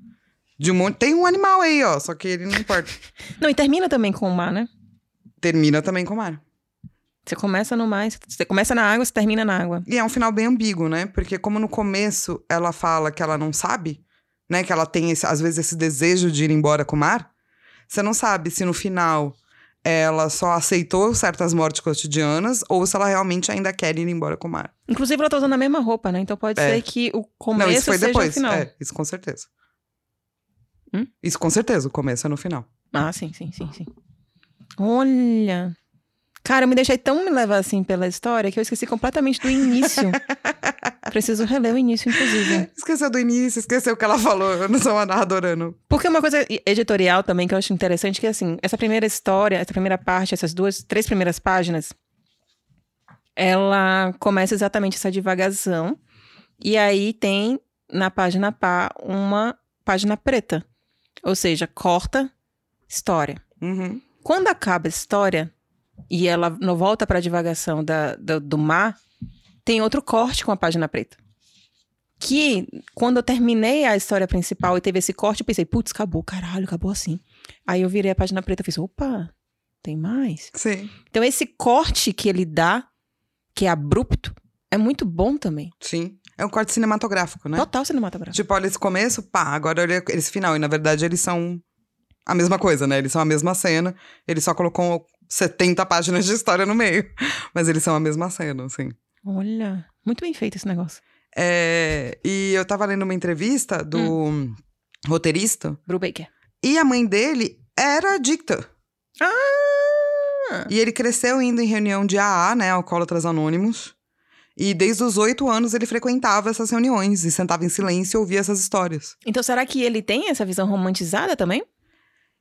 De um monte. Tem um animal aí, ó, só que ele não importa.
Não, e termina também com o mar, né?
Termina também com o mar.
Você começa no mais, você começa na água, você termina na água.
E é um final bem ambíguo, né? Porque como no começo ela fala que ela não sabe, né? Que ela tem, esse- às vezes, esse desejo de ir embora com o mar. Você não sabe se no final ela só aceitou certas mortes cotidianas ou se ela realmente ainda quer ir embora com o mar.
Inclusive, ela tá usando a mesma roupa, né? Então pode
É.
ser que o começo
não, isso foi
seja
depois.
o final.
É, isso com certeza.
Hum?
Isso com certeza, o começo é no final.
Ah, sim, sim, sim, sim. Olha. Cara, eu me deixei tão me levar assim pela história que eu esqueci completamente
[LAUGHS]
do início. Preciso reler o início, inclusive.
Esqueceu do início, esqueceu o que ela falou. Eu não sou uma narradorando.
Porque é uma coisa editorial também que eu acho interessante que assim, essa primeira história, essa primeira parte, essas duas, três primeiras páginas, ela começa exatamente essa divagação. E aí tem na página pá uma página preta. Ou seja, corta história.
Uhum.
Quando acaba a história e ela não volta para a divagação da- do, do mar, tem outro corte com a página preta. Que quando eu terminei a história principal e teve esse corte, eu pensei, putz, acabou, caralho, acabou assim. Aí eu virei a página preta e fiz, opa, tem mais.
Sim,
Então esse corte que ele dá, que é abrupto, é muito bom também.
sim. É um corte cinematográfico, né?
Total cinematográfico.
Tipo, olha esse começo, pá, agora olha esse final. E na verdade eles são a mesma coisa, né? Eles são a mesma cena. Ele só colocou 70 páginas de história no meio. [LAUGHS] Mas eles são a mesma cena, assim.
Olha, muito bem feito esse negócio.
É, e eu tava lendo uma entrevista do roteirista
Brubaker.
e a mãe dele era adicta.
Ah!
E ele cresceu indo em reunião de AA, né? Alcoólatras Anônimos. E desde os oito anos ele frequentava essas reuniões e sentava em silêncio e ouvia essas histórias.
Então será que ele tem essa visão romantizada também?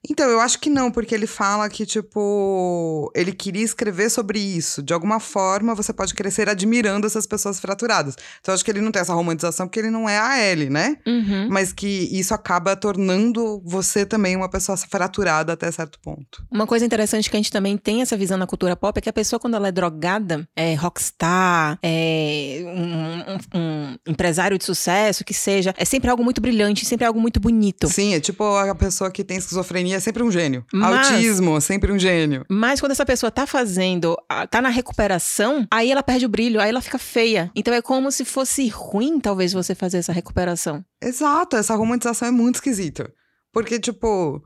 Então, eu acho que não, porque ele fala que, tipo, ele queria escrever sobre isso. De alguma forma, você pode crescer admirando essas pessoas fraturadas. Então, eu acho que ele não tem essa romantização porque ele não é a Ellie, né?
Uhum.
Mas que isso acaba tornando você também uma pessoa fraturada até certo ponto.
Uma coisa interessante que a gente também tem essa visão na cultura pop é que a pessoa, quando ela é drogada, é rockstar, é um, um- um empresário de sucesso, que seja, é sempre algo muito brilhante, sempre algo muito bonito.
Sim, é tipo a pessoa que tem esquizofrenia é sempre um gênio.
Mas-
Autismo, é sempre um gênio.
Mas quando essa pessoa tá fazendo, a- tá na recuperação, aí ela perde o brilho, aí ela fica feia. Então é como se fosse ruim, talvez, você fazer essa recuperação.
Exato, essa romantização é muito esquisita. Porque, tipo,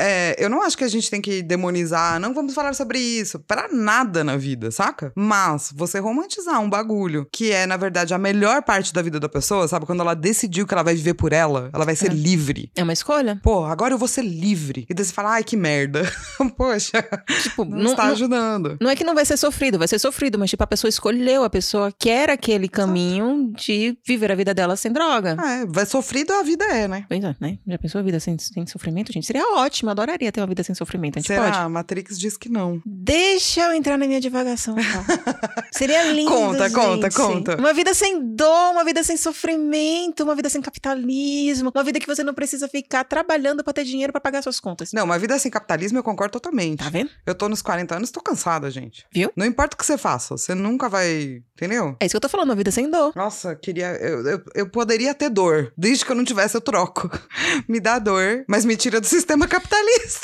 é, eu não acho que a gente tem que demonizar, não vamos falar sobre isso, pra nada na vida, saca? Mas você romantizar um bagulho que é, na verdade, a melhor parte da vida da pessoa, sabe? Quando ela decidiu que ela vai viver por ela, ela vai ser
É.
livre.
É uma escolha?
Pô, agora eu vou ser livre. E daí você fala, ai, que merda. [LAUGHS] Poxa,
Tipo,
não,
não-
está
não-
ajudando.
Não é que não vai ser sofrido, vai ser sofrido, mas tipo, a pessoa escolheu, a pessoa quer aquele caminho de viver a vida dela sem droga.
Ah, É, vai sofrido a vida é, né?
Pois é, né? Já pensou a vida sem, sem sofrimento, gente? Seria ótimo, eu adoraria ter uma vida sem sofrimento. A gente
Será?
pode.
A Matrix diz que não.
Deixa eu entrar na minha divagação, tá? [LAUGHS] Seria lindo.
Conta,
gente.
conta, conta.
Uma vida sem dor, uma vida sem sofrimento, uma vida sem capitalismo, uma vida que você não precisa ficar trabalhando pra ter dinheiro pra pagar suas contas.
Não, uma vida sem capitalismo eu concordo totalmente.
Tá vendo?
Eu tô nos 40 anos, tô cansada, gente.
Viu?
Não importa o que você faça, você nunca vai. Entendeu?
É isso que eu tô falando, uma vida sem dor.
Nossa, queria. Eu, eu, eu poderia ter dor. Desde que eu não tivesse, eu troco. [LAUGHS] me dá dor, mas me tira do sistema capitalista.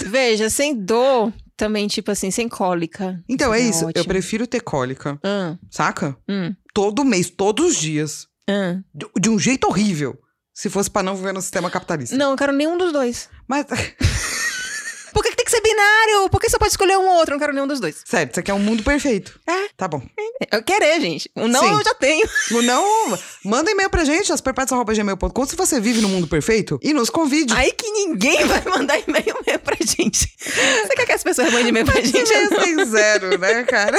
Veja, sem dor, também, tipo assim, sem cólica.
Então é
Seria
isso. Eu
ótimo.
prefiro ter cólica,
Hum,
saca?
hum,
Todo mês, todos os dias.
hum.
De, de um jeito horrível. Se fosse pra não viver no sistema capitalista.
Não, eu quero nenhum dos dois.
Mas. [LAUGHS]
Por que, que tem que ser binário? Por que só pode escolher um ou outro? Eu não quero nenhum dos dois.
Sério, você quer um mundo perfeito.
É.
Tá bom.
Eu querer, gente. O não
Sim.
eu já tenho. [LAUGHS]
O Não, manda e-mail pra gente, asperpetos.gmail.com, se você vive no mundo perfeito e nos convide.
Aí que ninguém vai mandar e-mail mesmo pra gente. Você quer que as pessoas mandem e-mail pra [LAUGHS] gente?
Esse mês tem zero, né, cara?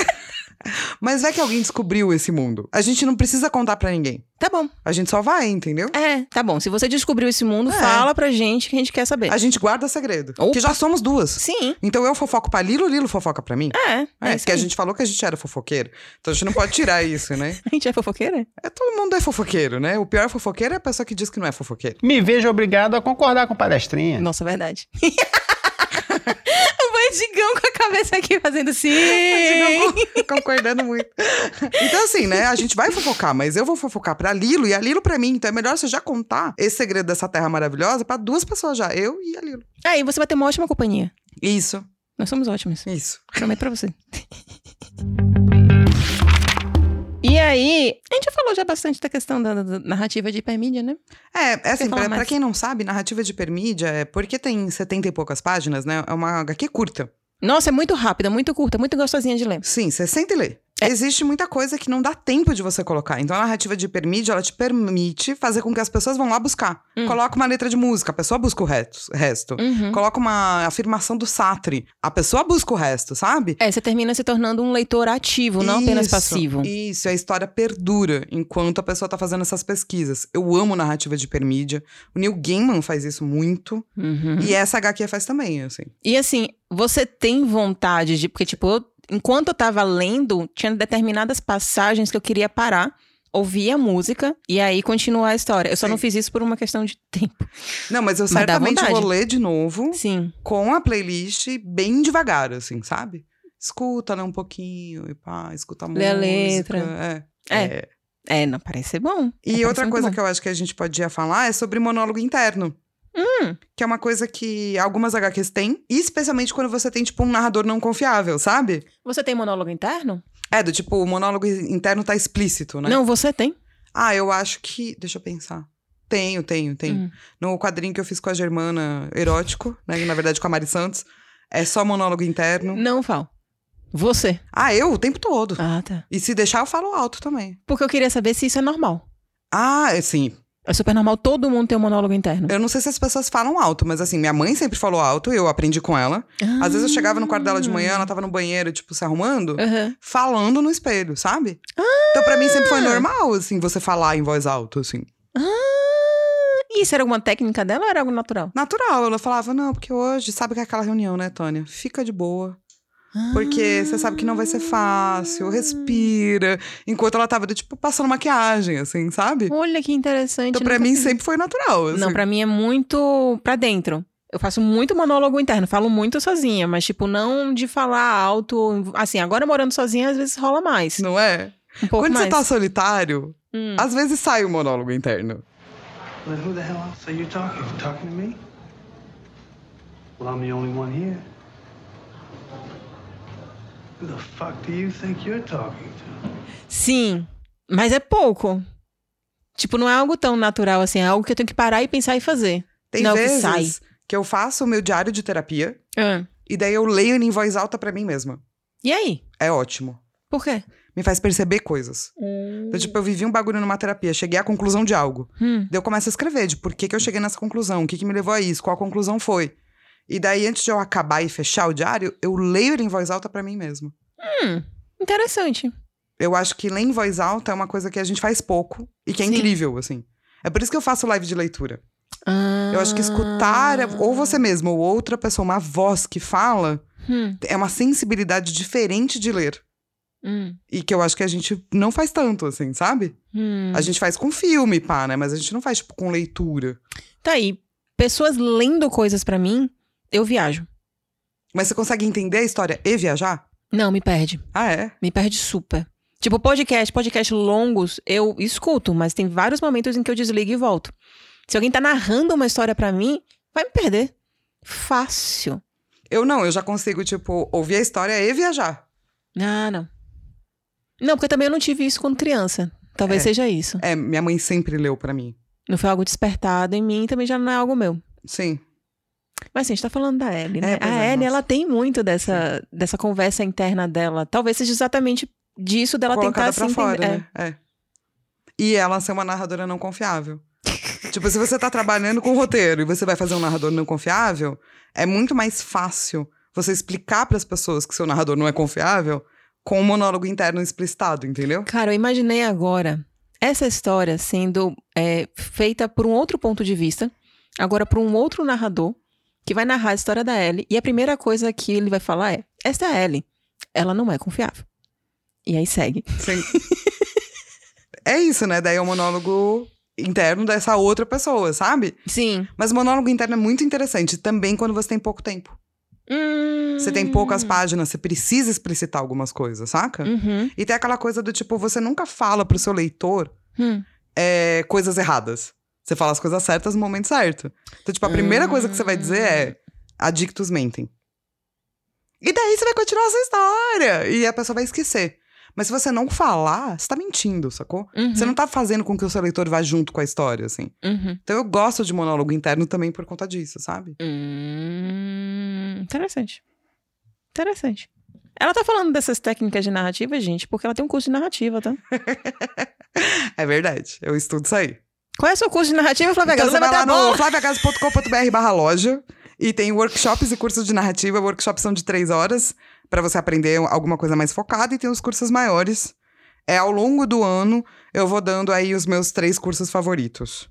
Mas vai que alguém descobriu esse mundo. A gente não precisa contar pra ninguém.
Tá bom.
A gente só vai, entendeu?
É, tá bom. Se você descobriu esse mundo,
É.
fala pra gente que a gente quer saber.
A gente guarda segredo.
É. Opa.
Que já somos duas.
Sim.
Então eu fofoco pra Lilo, Lilo fofoca pra mim.
É.
É,
É, isso
porque a
aí.
gente falou que a gente era fofoqueiro. Então a gente não pode tirar isso, né?
a gente é fofoqueira?
É, todo mundo é fofoqueiro, né? O pior fofoqueiro é a pessoa que diz que não é fofoqueiro.
Me vejo obrigado a concordar com palestrinha.
Nossa, verdade. [LAUGHS] o Bandigão com a cabeça aqui fazendo sim.
[LAUGHS] Concordando muito. Então, assim, né? A gente vai fofocar, mas eu vou fofocar pra Lilo e a Lilo pra mim. Então é melhor você já contar esse segredo dessa terra maravilhosa pra duas pessoas já. Eu e a Lilo.
Aí você vai ter uma ótima companhia.
Isso,
Nós somos ótimos.
isso.
Prometo pra você. aí, a gente já falou já bastante da questão da, da narrativa de hipermídia, né?
É, é assim,
falar
pra,
mais?
pra quem não sabe, narrativa de hipermídia é porque tem 70 e poucas páginas, né? É uma HQ curta.
Nossa, é muito rápida, muito curta, muito gostosinha de ler.
Sim, você senta e lê.
É.
Existe muita coisa que não dá tempo de você colocar. Então, a narrativa de hipermídia, ela te permite fazer com que as pessoas vão lá buscar.
Hum.
Coloca uma letra de música, a pessoa busca o reto- resto.
Uhum.
Coloca uma afirmação do Sartre, a pessoa busca o resto, sabe?
É, você termina se tornando um leitor ativo, não apenas
Isso,
passivo.
Isso, a história perdura enquanto a pessoa tá fazendo essas pesquisas. Eu amo narrativa de hipermídia. O Neil Gaiman faz isso muito.
Uhum.
E essa HQ faz também, assim.
E assim, você tem vontade de. Porque, tipo, eu- enquanto eu tava lendo, tinha determinadas passagens que eu queria parar, ouvir a música e aí continuar a história. Eu só
Sim.
não fiz isso por uma questão de
[LAUGHS]
tempo.
Não, mas eu
dá
certamente vou
vontade.
ler de novo
Sim.
com a playlist bem devagar, assim, sabe? Escuta né, um pouquinho e pá, escuta a
Lê a
música.
letra.
É.
É. É, não, parece ser bom.
E
Parece
outra
muito
coisa
bom.
que eu acho que a gente podia falar é sobre monólogo interno.
Hum.
Que é uma coisa que algumas HQs têm, e especialmente quando você tem, tipo, um narrador não confiável, sabe?
Você tem monólogo interno?
É, do tipo, o monólogo interno tá explícito, né?
Não, você tem.
Ah, eu acho que. Deixa eu pensar. Tenho, tenho, tenho.
Hum.
No quadrinho que eu fiz com a Germana, erótico, né? Na verdade, com a Mari Santos. É só monólogo interno.
Não, Val. Você.
Ah, eu o tempo todo.
Ah, tá.
E se deixar, eu falo alto também.
Porque eu queria saber se isso é normal.
Ah, assim.
É super normal todo mundo ter um monólogo interno.
Eu não sei se as pessoas falam alto, mas assim, minha mãe sempre falou alto, eu aprendi com ela. Às
Ah.
vezes eu chegava no quarto dela de manhã, ela tava no banheiro, tipo, se arrumando,
Aham.
falando no espelho, sabe? Então, pra mim, sempre foi normal, assim, você falar em voz alta, assim.
Ah, isso era alguma técnica dela ou era algo natural?
natural. Ela falava, não, porque hoje, sabe que é aquela reunião, né, Tônia? Fica de boa. Porque você sabe que não vai ser
Ah.
fácil, respira. Enquanto ela tava, do tipo, passando maquiagem, assim, sabe?
Olha que interessante.
Então, pra
nunca
mim,
fiz isso.
sempre foi natural. Assim.
Não, pra mim é muito pra dentro. Eu faço muito monólogo interno, falo muito sozinha, mas, tipo, não de falar alto. Assim, agora morando sozinha, às vezes rola mais.
Não é?
Um pouco
Quando
mais.
você tá solitário,
Hum.
às vezes sai o monólogo interno.
Then who the hell else are you talking? You talking to me? Well, I'm the only one here. Who the fuck do you think you're talking to?
Sim, mas é pouco. Tipo, não é algo tão natural assim, é algo que eu tenho que parar e pensar e fazer.
Tem
Não, que
vezes
sai.
que eu faço o meu diário de terapia e daí eu leio ele em voz alta pra mim mesma.
E aí?
É ótimo.
Por quê?
Me faz perceber coisas. Então, tipo, eu vivi um bagulho numa terapia, cheguei à conclusão de algo.
Hum.
Daí eu começo a escrever de por que, que eu cheguei nessa conclusão, o que, que me levou a isso, qual a conclusão foi. E daí, antes de eu acabar e fechar o diário, eu leio ele em voz alta pra mim mesmo.
Interessante.
Eu acho que ler em voz alta é uma coisa que a gente faz pouco e que é
Sim.
incrível, assim. É por isso que eu faço live de leitura. Eu
Ah.
acho que escutar, a- ou você mesmo, ou outra pessoa, uma voz que fala,
Hum,
é uma sensibilidade diferente de ler.
hum,
E que eu acho que a gente não faz tanto, assim, sabe?
hum.
A gente faz com filme, pá, né? Mas a gente não faz, tipo, com leitura.
Tá aí. Pessoas lendo coisas pra mim, eu viajo.
Mas você consegue entender a história e viajar?
Não, me perde.
Ah, é?
Me perde super. Tipo, podcast, podcast longos, eu escuto, mas tem vários momentos em que eu desligo e volto. Se alguém tá narrando uma história pra mim, vai me perder. Fácil.
Eu não, eu já consigo, tipo, ouvir a história e viajar.
Ah, não. Não, porque também eu não tive isso quando criança. Talvez
É.
seja isso.
É, minha mãe sempre leu pra mim.
Não foi algo despertado em mim, também já não é algo meu.
Sim.
Mas assim, a gente tá falando da Ellie,
É,
né?
pois
a
é,
Ellie,
nossa.
ela tem muito dessa, dessa conversa interna dela. Talvez seja exatamente disso dela
colocada
tentar
pra
se
fora,
entender.
né? É. E ela ser uma narradora não confiável. [LAUGHS] tipo, se você tá trabalhando com roteiro e você vai fazer um narrador não confiável, é muito mais fácil você explicar pras pessoas que seu narrador não é confiável com um monólogo interno explicitado, entendeu?
É. Cara, eu imaginei agora essa história sendo é, feita por um outro ponto de vista, agora por um outro narrador, que vai narrar a história da Ellie, e a primeira coisa que ele vai falar é: esta é a Ellie, ela não é confiável. E aí segue.
Sim. [LAUGHS] é isso, né? Daí é o monólogo interno dessa outra pessoa, sabe?
Sim.
Mas o monólogo interno é muito interessante também quando você tem pouco tempo.
Hum.
Você tem poucas páginas, você precisa explicitar algumas coisas, saca?
Uhum.
E tem aquela coisa do tipo, você nunca fala pro seu leitor
Hum.
é, coisas erradas. Você fala as coisas certas no momento certo. Então, tipo, a primeira coisa que você vai dizer é: adictos mentem. E daí você vai continuar essa história. E a pessoa vai esquecer. Mas se você não falar, você tá mentindo, sacou?
Uhum.
Você não tá fazendo com que o seu leitor vá junto com a história, assim.
Uhum.
Então eu gosto de monólogo interno também por conta disso, sabe?
Hum, interessante. Interessante. Ela tá falando dessas técnicas de narrativa, gente, porque ela tem um curso de narrativa, tá?
É verdade. Eu estudo isso aí.
Qual é o seu curso de narrativa, Flávia
Então
Gaza?
você vai lá
Tá bom.
no flaviacaso.com.br barra loja e tem workshops e cursos de narrativa. Workshops são de três horas para você aprender alguma coisa mais focada e tem os cursos maiores. É ao longo do ano eu vou dando aí os meus três cursos favoritos.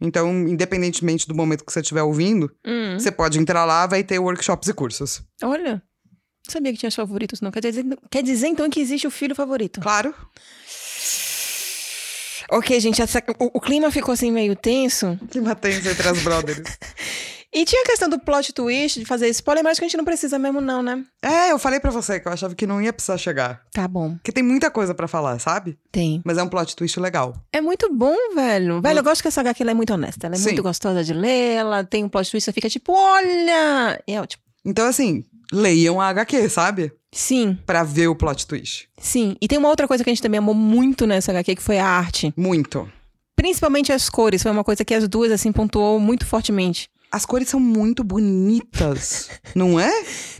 Então, independentemente do momento que você estiver ouvindo,
Hum,
você pode entrar lá, vai ter workshops e cursos.
Olha, não sabia que tinha os favoritos, não. Quer dizer, quer dizer então que existe o filho favorito.
Claro.
Ok, gente, essa- o- o clima ficou assim meio tenso.
Que matança entre as brothers.
E tinha a questão do plot twist, de fazer spoiler, mas que a gente não precisa mesmo, não, né?
é, eu falei pra você que eu achava que não ia precisar chegar.
Tá bom,
Porque tem muita coisa pra falar, sabe?
tem.
Mas é um plot twist legal.
É muito bom, velho. Velho, eu gosto que essa HQ ela é muito honesta. Ela é
Sim.
muito gostosa de ler, ela tem um plot twist, você fica tipo, olha! E é ótimo.
Então, assim, leiam a HQ, sabe?
Sim,
Pra ver o plot twist.
sim. E tem uma outra coisa que a gente também amou muito nessa HQ, que foi a arte.
Muito.
Principalmente as cores, foi uma coisa que as duas, assim, pontuou muito fortemente.
As cores são muito
[LAUGHS]
bonitas, não é?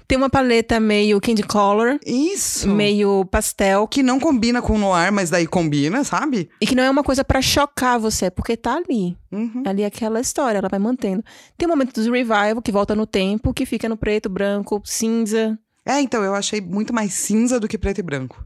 Tem uma paleta meio candy color,
Isso.
meio pastel,
Que não combina com o noir, mas daí combina, sabe?
e que não é uma coisa pra chocar você, porque tá ali.
Uhum.
Ali é aquela história, ela vai mantendo. Tem o momento dos revival, que volta no tempo, que fica no preto, branco, cinza.
É, então, eu achei muito mais cinza do que preto e branco.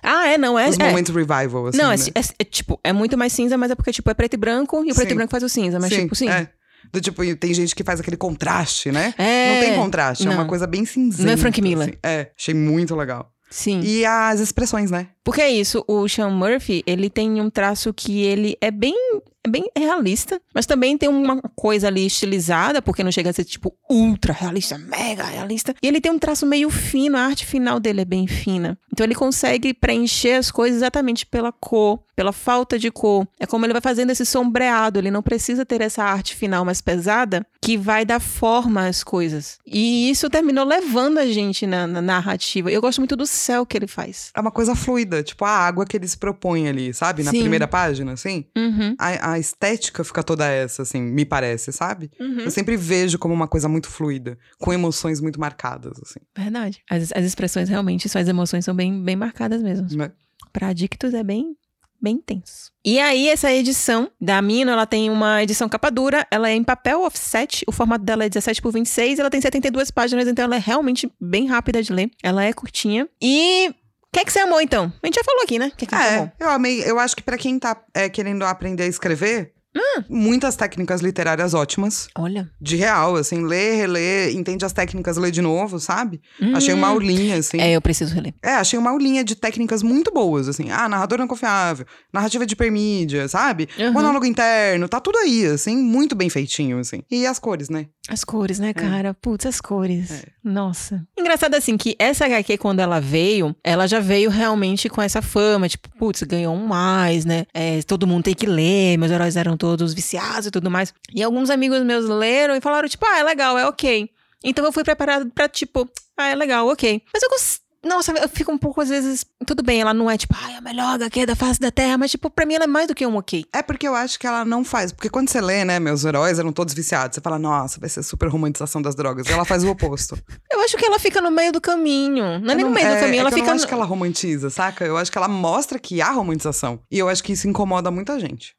Ah, é, não, é.
Os
é.
momentos revival, assim.
não, é,
né?
é- é, tipo, é muito mais cinza, mas é porque, tipo, é preto e branco, e o preto
Sim.
e branco faz o cinza, mas,
sim,
tipo, sim.
É. Do tipo, e tem gente que faz aquele contraste, né?
É.
Não tem contraste, é uma
Não.
coisa bem cinzenta.
Não é Frank Miller.
assim. É, achei muito legal.
Sim.
E as expressões, né?
Porque é isso, o Sean Murphy, ele tem um traço que ele é bem, é bem realista, mas também tem uma coisa ali estilizada, porque não chega a ser tipo ultra realista, mega realista. E ele tem um traço meio fino, a arte final dele é bem fina. Então ele consegue preencher as coisas exatamente pela cor, pela falta de cor. É como ele vai fazendo esse sombreado, ele não precisa ter essa arte final mais pesada que vai dar forma às coisas. E isso terminou levando a gente na, na narrativa. Eu gosto muito do céu que ele faz.
É uma coisa fluida, tipo a água que ele se propõe ali, sabe? Na
Sim.
primeira página, assim.
Uhum.
a, a estética fica toda essa, assim, me parece, sabe?
Uhum.
Eu sempre vejo como uma coisa muito fluida, com emoções muito marcadas, assim.
Verdade. As, as expressões realmente, suas emoções são bem, bem marcadas mesmo.
né?
Pra adictos é bem bem intenso. E aí essa edição da Mino, ela tem uma edição capa dura, ela é em papel offset, o formato dela é 17 por 26, ela tem 72 páginas, então ela é realmente bem rápida de ler. Ela é curtinha. E o que é que você amou então? A gente já falou aqui, né? O que é que a gente amou?
É, eu amei. Eu acho que pra quem tá é, querendo aprender a escrever,
Ah.
muitas técnicas literárias ótimas,
Olha.
de real, assim, lê, relê, entende as técnicas, lê de novo, sabe? Achei uma
Hum.
aulinha, assim.
É, eu preciso reler.
É, achei uma aulinha de técnicas muito boas, assim. Ah, narrador não confiável, narrativa de permídia, sabe?
Uhum.
Monólogo interno, tá tudo aí, assim, muito bem feitinho, assim. E as cores, né?
As cores, né, cara? Putz, as cores.
É.
Nossa. Engraçado assim que essa HQ, quando ela veio, ela já veio realmente com essa fama, tipo, putz, ganhou um mais, né? É, todo mundo tem que ler, meus heróis eram todos viciados e tudo mais. E alguns amigos meus leram e falaram, tipo, ah, é legal, é ok. Então eu fui preparado pra, tipo, ah, é legal, ok. Mas eu gostei. Nossa, eu fico um pouco às vezes. Tudo bem, ela não é tipo, ah, é a melhor HQ da face da Terra, mas, tipo, pra mim ela é mais do que um ok.
É porque eu acho que ela não faz. Porque quando você lê, né, meus heróis eram todos viciados. Você fala, nossa, vai ser super romantização das drogas. Ela faz o oposto.
Eu acho que ela fica no meio do caminho. [LAUGHS] Não é nem no meio do caminho, ela
que
fica.
Eu não
no-
acho que ela romantiza, saca? Eu acho que ela mostra que há romantização. E eu acho que isso incomoda muita gente.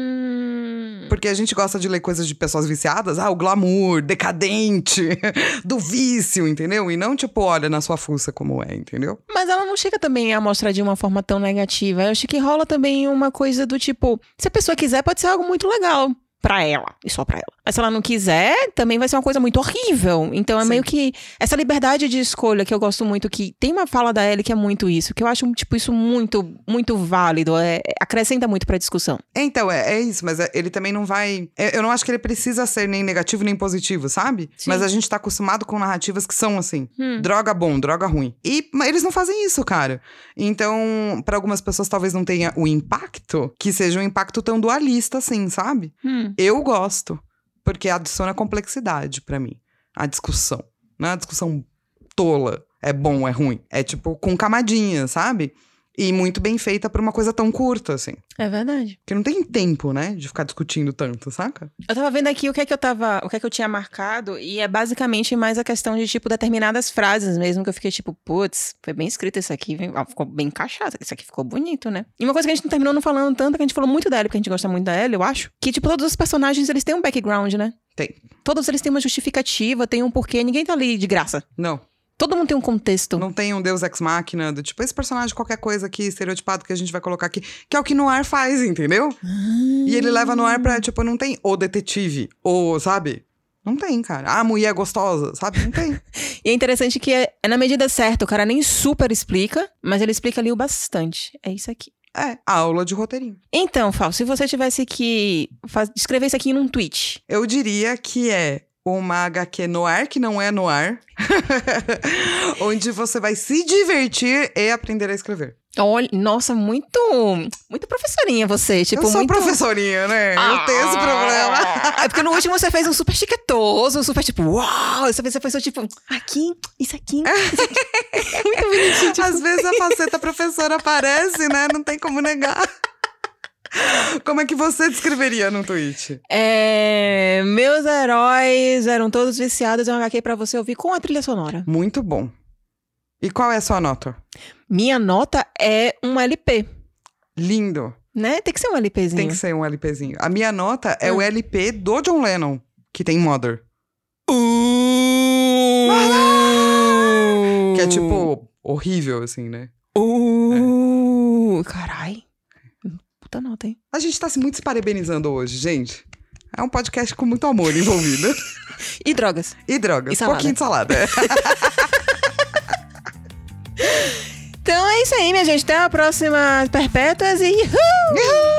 Hum.
Porque a gente gosta de ler coisas de pessoas viciadas. Ah, o glamour, decadente, [LAUGHS] do vício, entendeu? E não tipo, olha na sua fuça como é, entendeu?
Mas ela não chega também a mostrar de uma forma tão negativa. Eu acho que rola também uma coisa do tipo: se a pessoa quiser, pode ser algo muito legal pra ela e só pra ela. Mas se ela não quiser, também vai ser uma coisa muito horrível. Então é
Sim.
meio que essa liberdade de escolha que eu gosto muito que tem uma fala da Ellie que é muito isso, que eu acho tipo isso muito muito válido, é, acrescenta muito pra discussão.
Então, é, é isso, mas é- ele também não vai. é- Eu não acho que ele precisa ser nem negativo nem positivo, sabe?
Sim.
Mas a gente tá acostumado com narrativas que são assim:
Hum.
droga bom, droga ruim. E mas eles não fazem isso, cara. Então, pra algumas pessoas talvez não tenha o impacto, que seja um impacto tão dualista assim, sabe? Eu gosto, porque adiciona complexidade pra mim. A discussão. Não é uma discussão tola. é bom, é ruim. É tipo com camadinha, sabe? E muito bem feita pra uma coisa tão curta, assim.
É verdade.
Porque não tem tempo, né, de ficar discutindo tanto, saca?
Eu tava vendo aqui o que é que eu tava, o que é que eu tinha marcado e é basicamente mais a questão de tipo determinadas frases mesmo que eu fiquei tipo, putz, foi bem escrito isso aqui, vem- ah, ficou bem encaixado, isso aqui ficou bonito, né? E uma coisa que a gente não terminou não falando tanto, que a gente falou muito da Ellie, porque a gente gosta muito da Ellie, eu acho, que tipo todos os personagens eles têm um background, né?
Tem.
Todos eles têm uma justificativa, têm um porquê, ninguém tá ali de graça.
Não.
Todo mundo tem um contexto.
Não tem um deus ex machina do tipo, esse personagem, qualquer coisa aqui, estereotipado que a gente vai colocar aqui, que é o que no ar faz, entendeu? E ele leva no ar pra, tipo, não tem o detetive, ou, sabe? Não tem, cara. Ah, mulher gostosa, sabe? Não tem.
E é interessante que é, é na medida certa, o cara nem super explica, mas ele explica ali o bastante. É isso aqui.
É, aula de roteirinho.
Então, Fal, se você tivesse que faz- escrever isso aqui num tweet,
Eu diria que é uma HQ no ar que não é no ar, [LAUGHS] onde você vai se divertir e aprender a escrever.
olha, nossa, muito, muito professorinha você, tipo
eu sou
muito. Ah!
professorinha, né? Eu tenho esse problema.
É porque no último você fez um super chiquetoso, um super tipo, uau! Essa vez você fez só tipo, aqui, isso aqui, isso aqui. [LAUGHS] muito bonitinho, tipo.
Às vezes a faceta professora aparece, né? Não tem como negar. Como é que você descreveria num tweet?
É, meus heróis eram todos viciados, é um HQ pra você ouvir com a trilha sonora.
Muito bom. E qual é a sua nota?
Minha nota é um LP,
Lindo.
né? Tem que ser um LPzinho.
Tem que ser um LPzinho. A minha nota
Hum.
é o LP do John Lennon, que tem Mother. Que é tipo horrível, assim, né?
Uh, Carai. Puta nota, hein?
A gente tá se muito se parabenizando hoje, gente. É um podcast com muito amor envolvido.
E drogas.
E drogas.
E salada.
Pouquinho de salada.
Então é isso aí, minha gente. Até a próxima Perpétuas e. Uhul!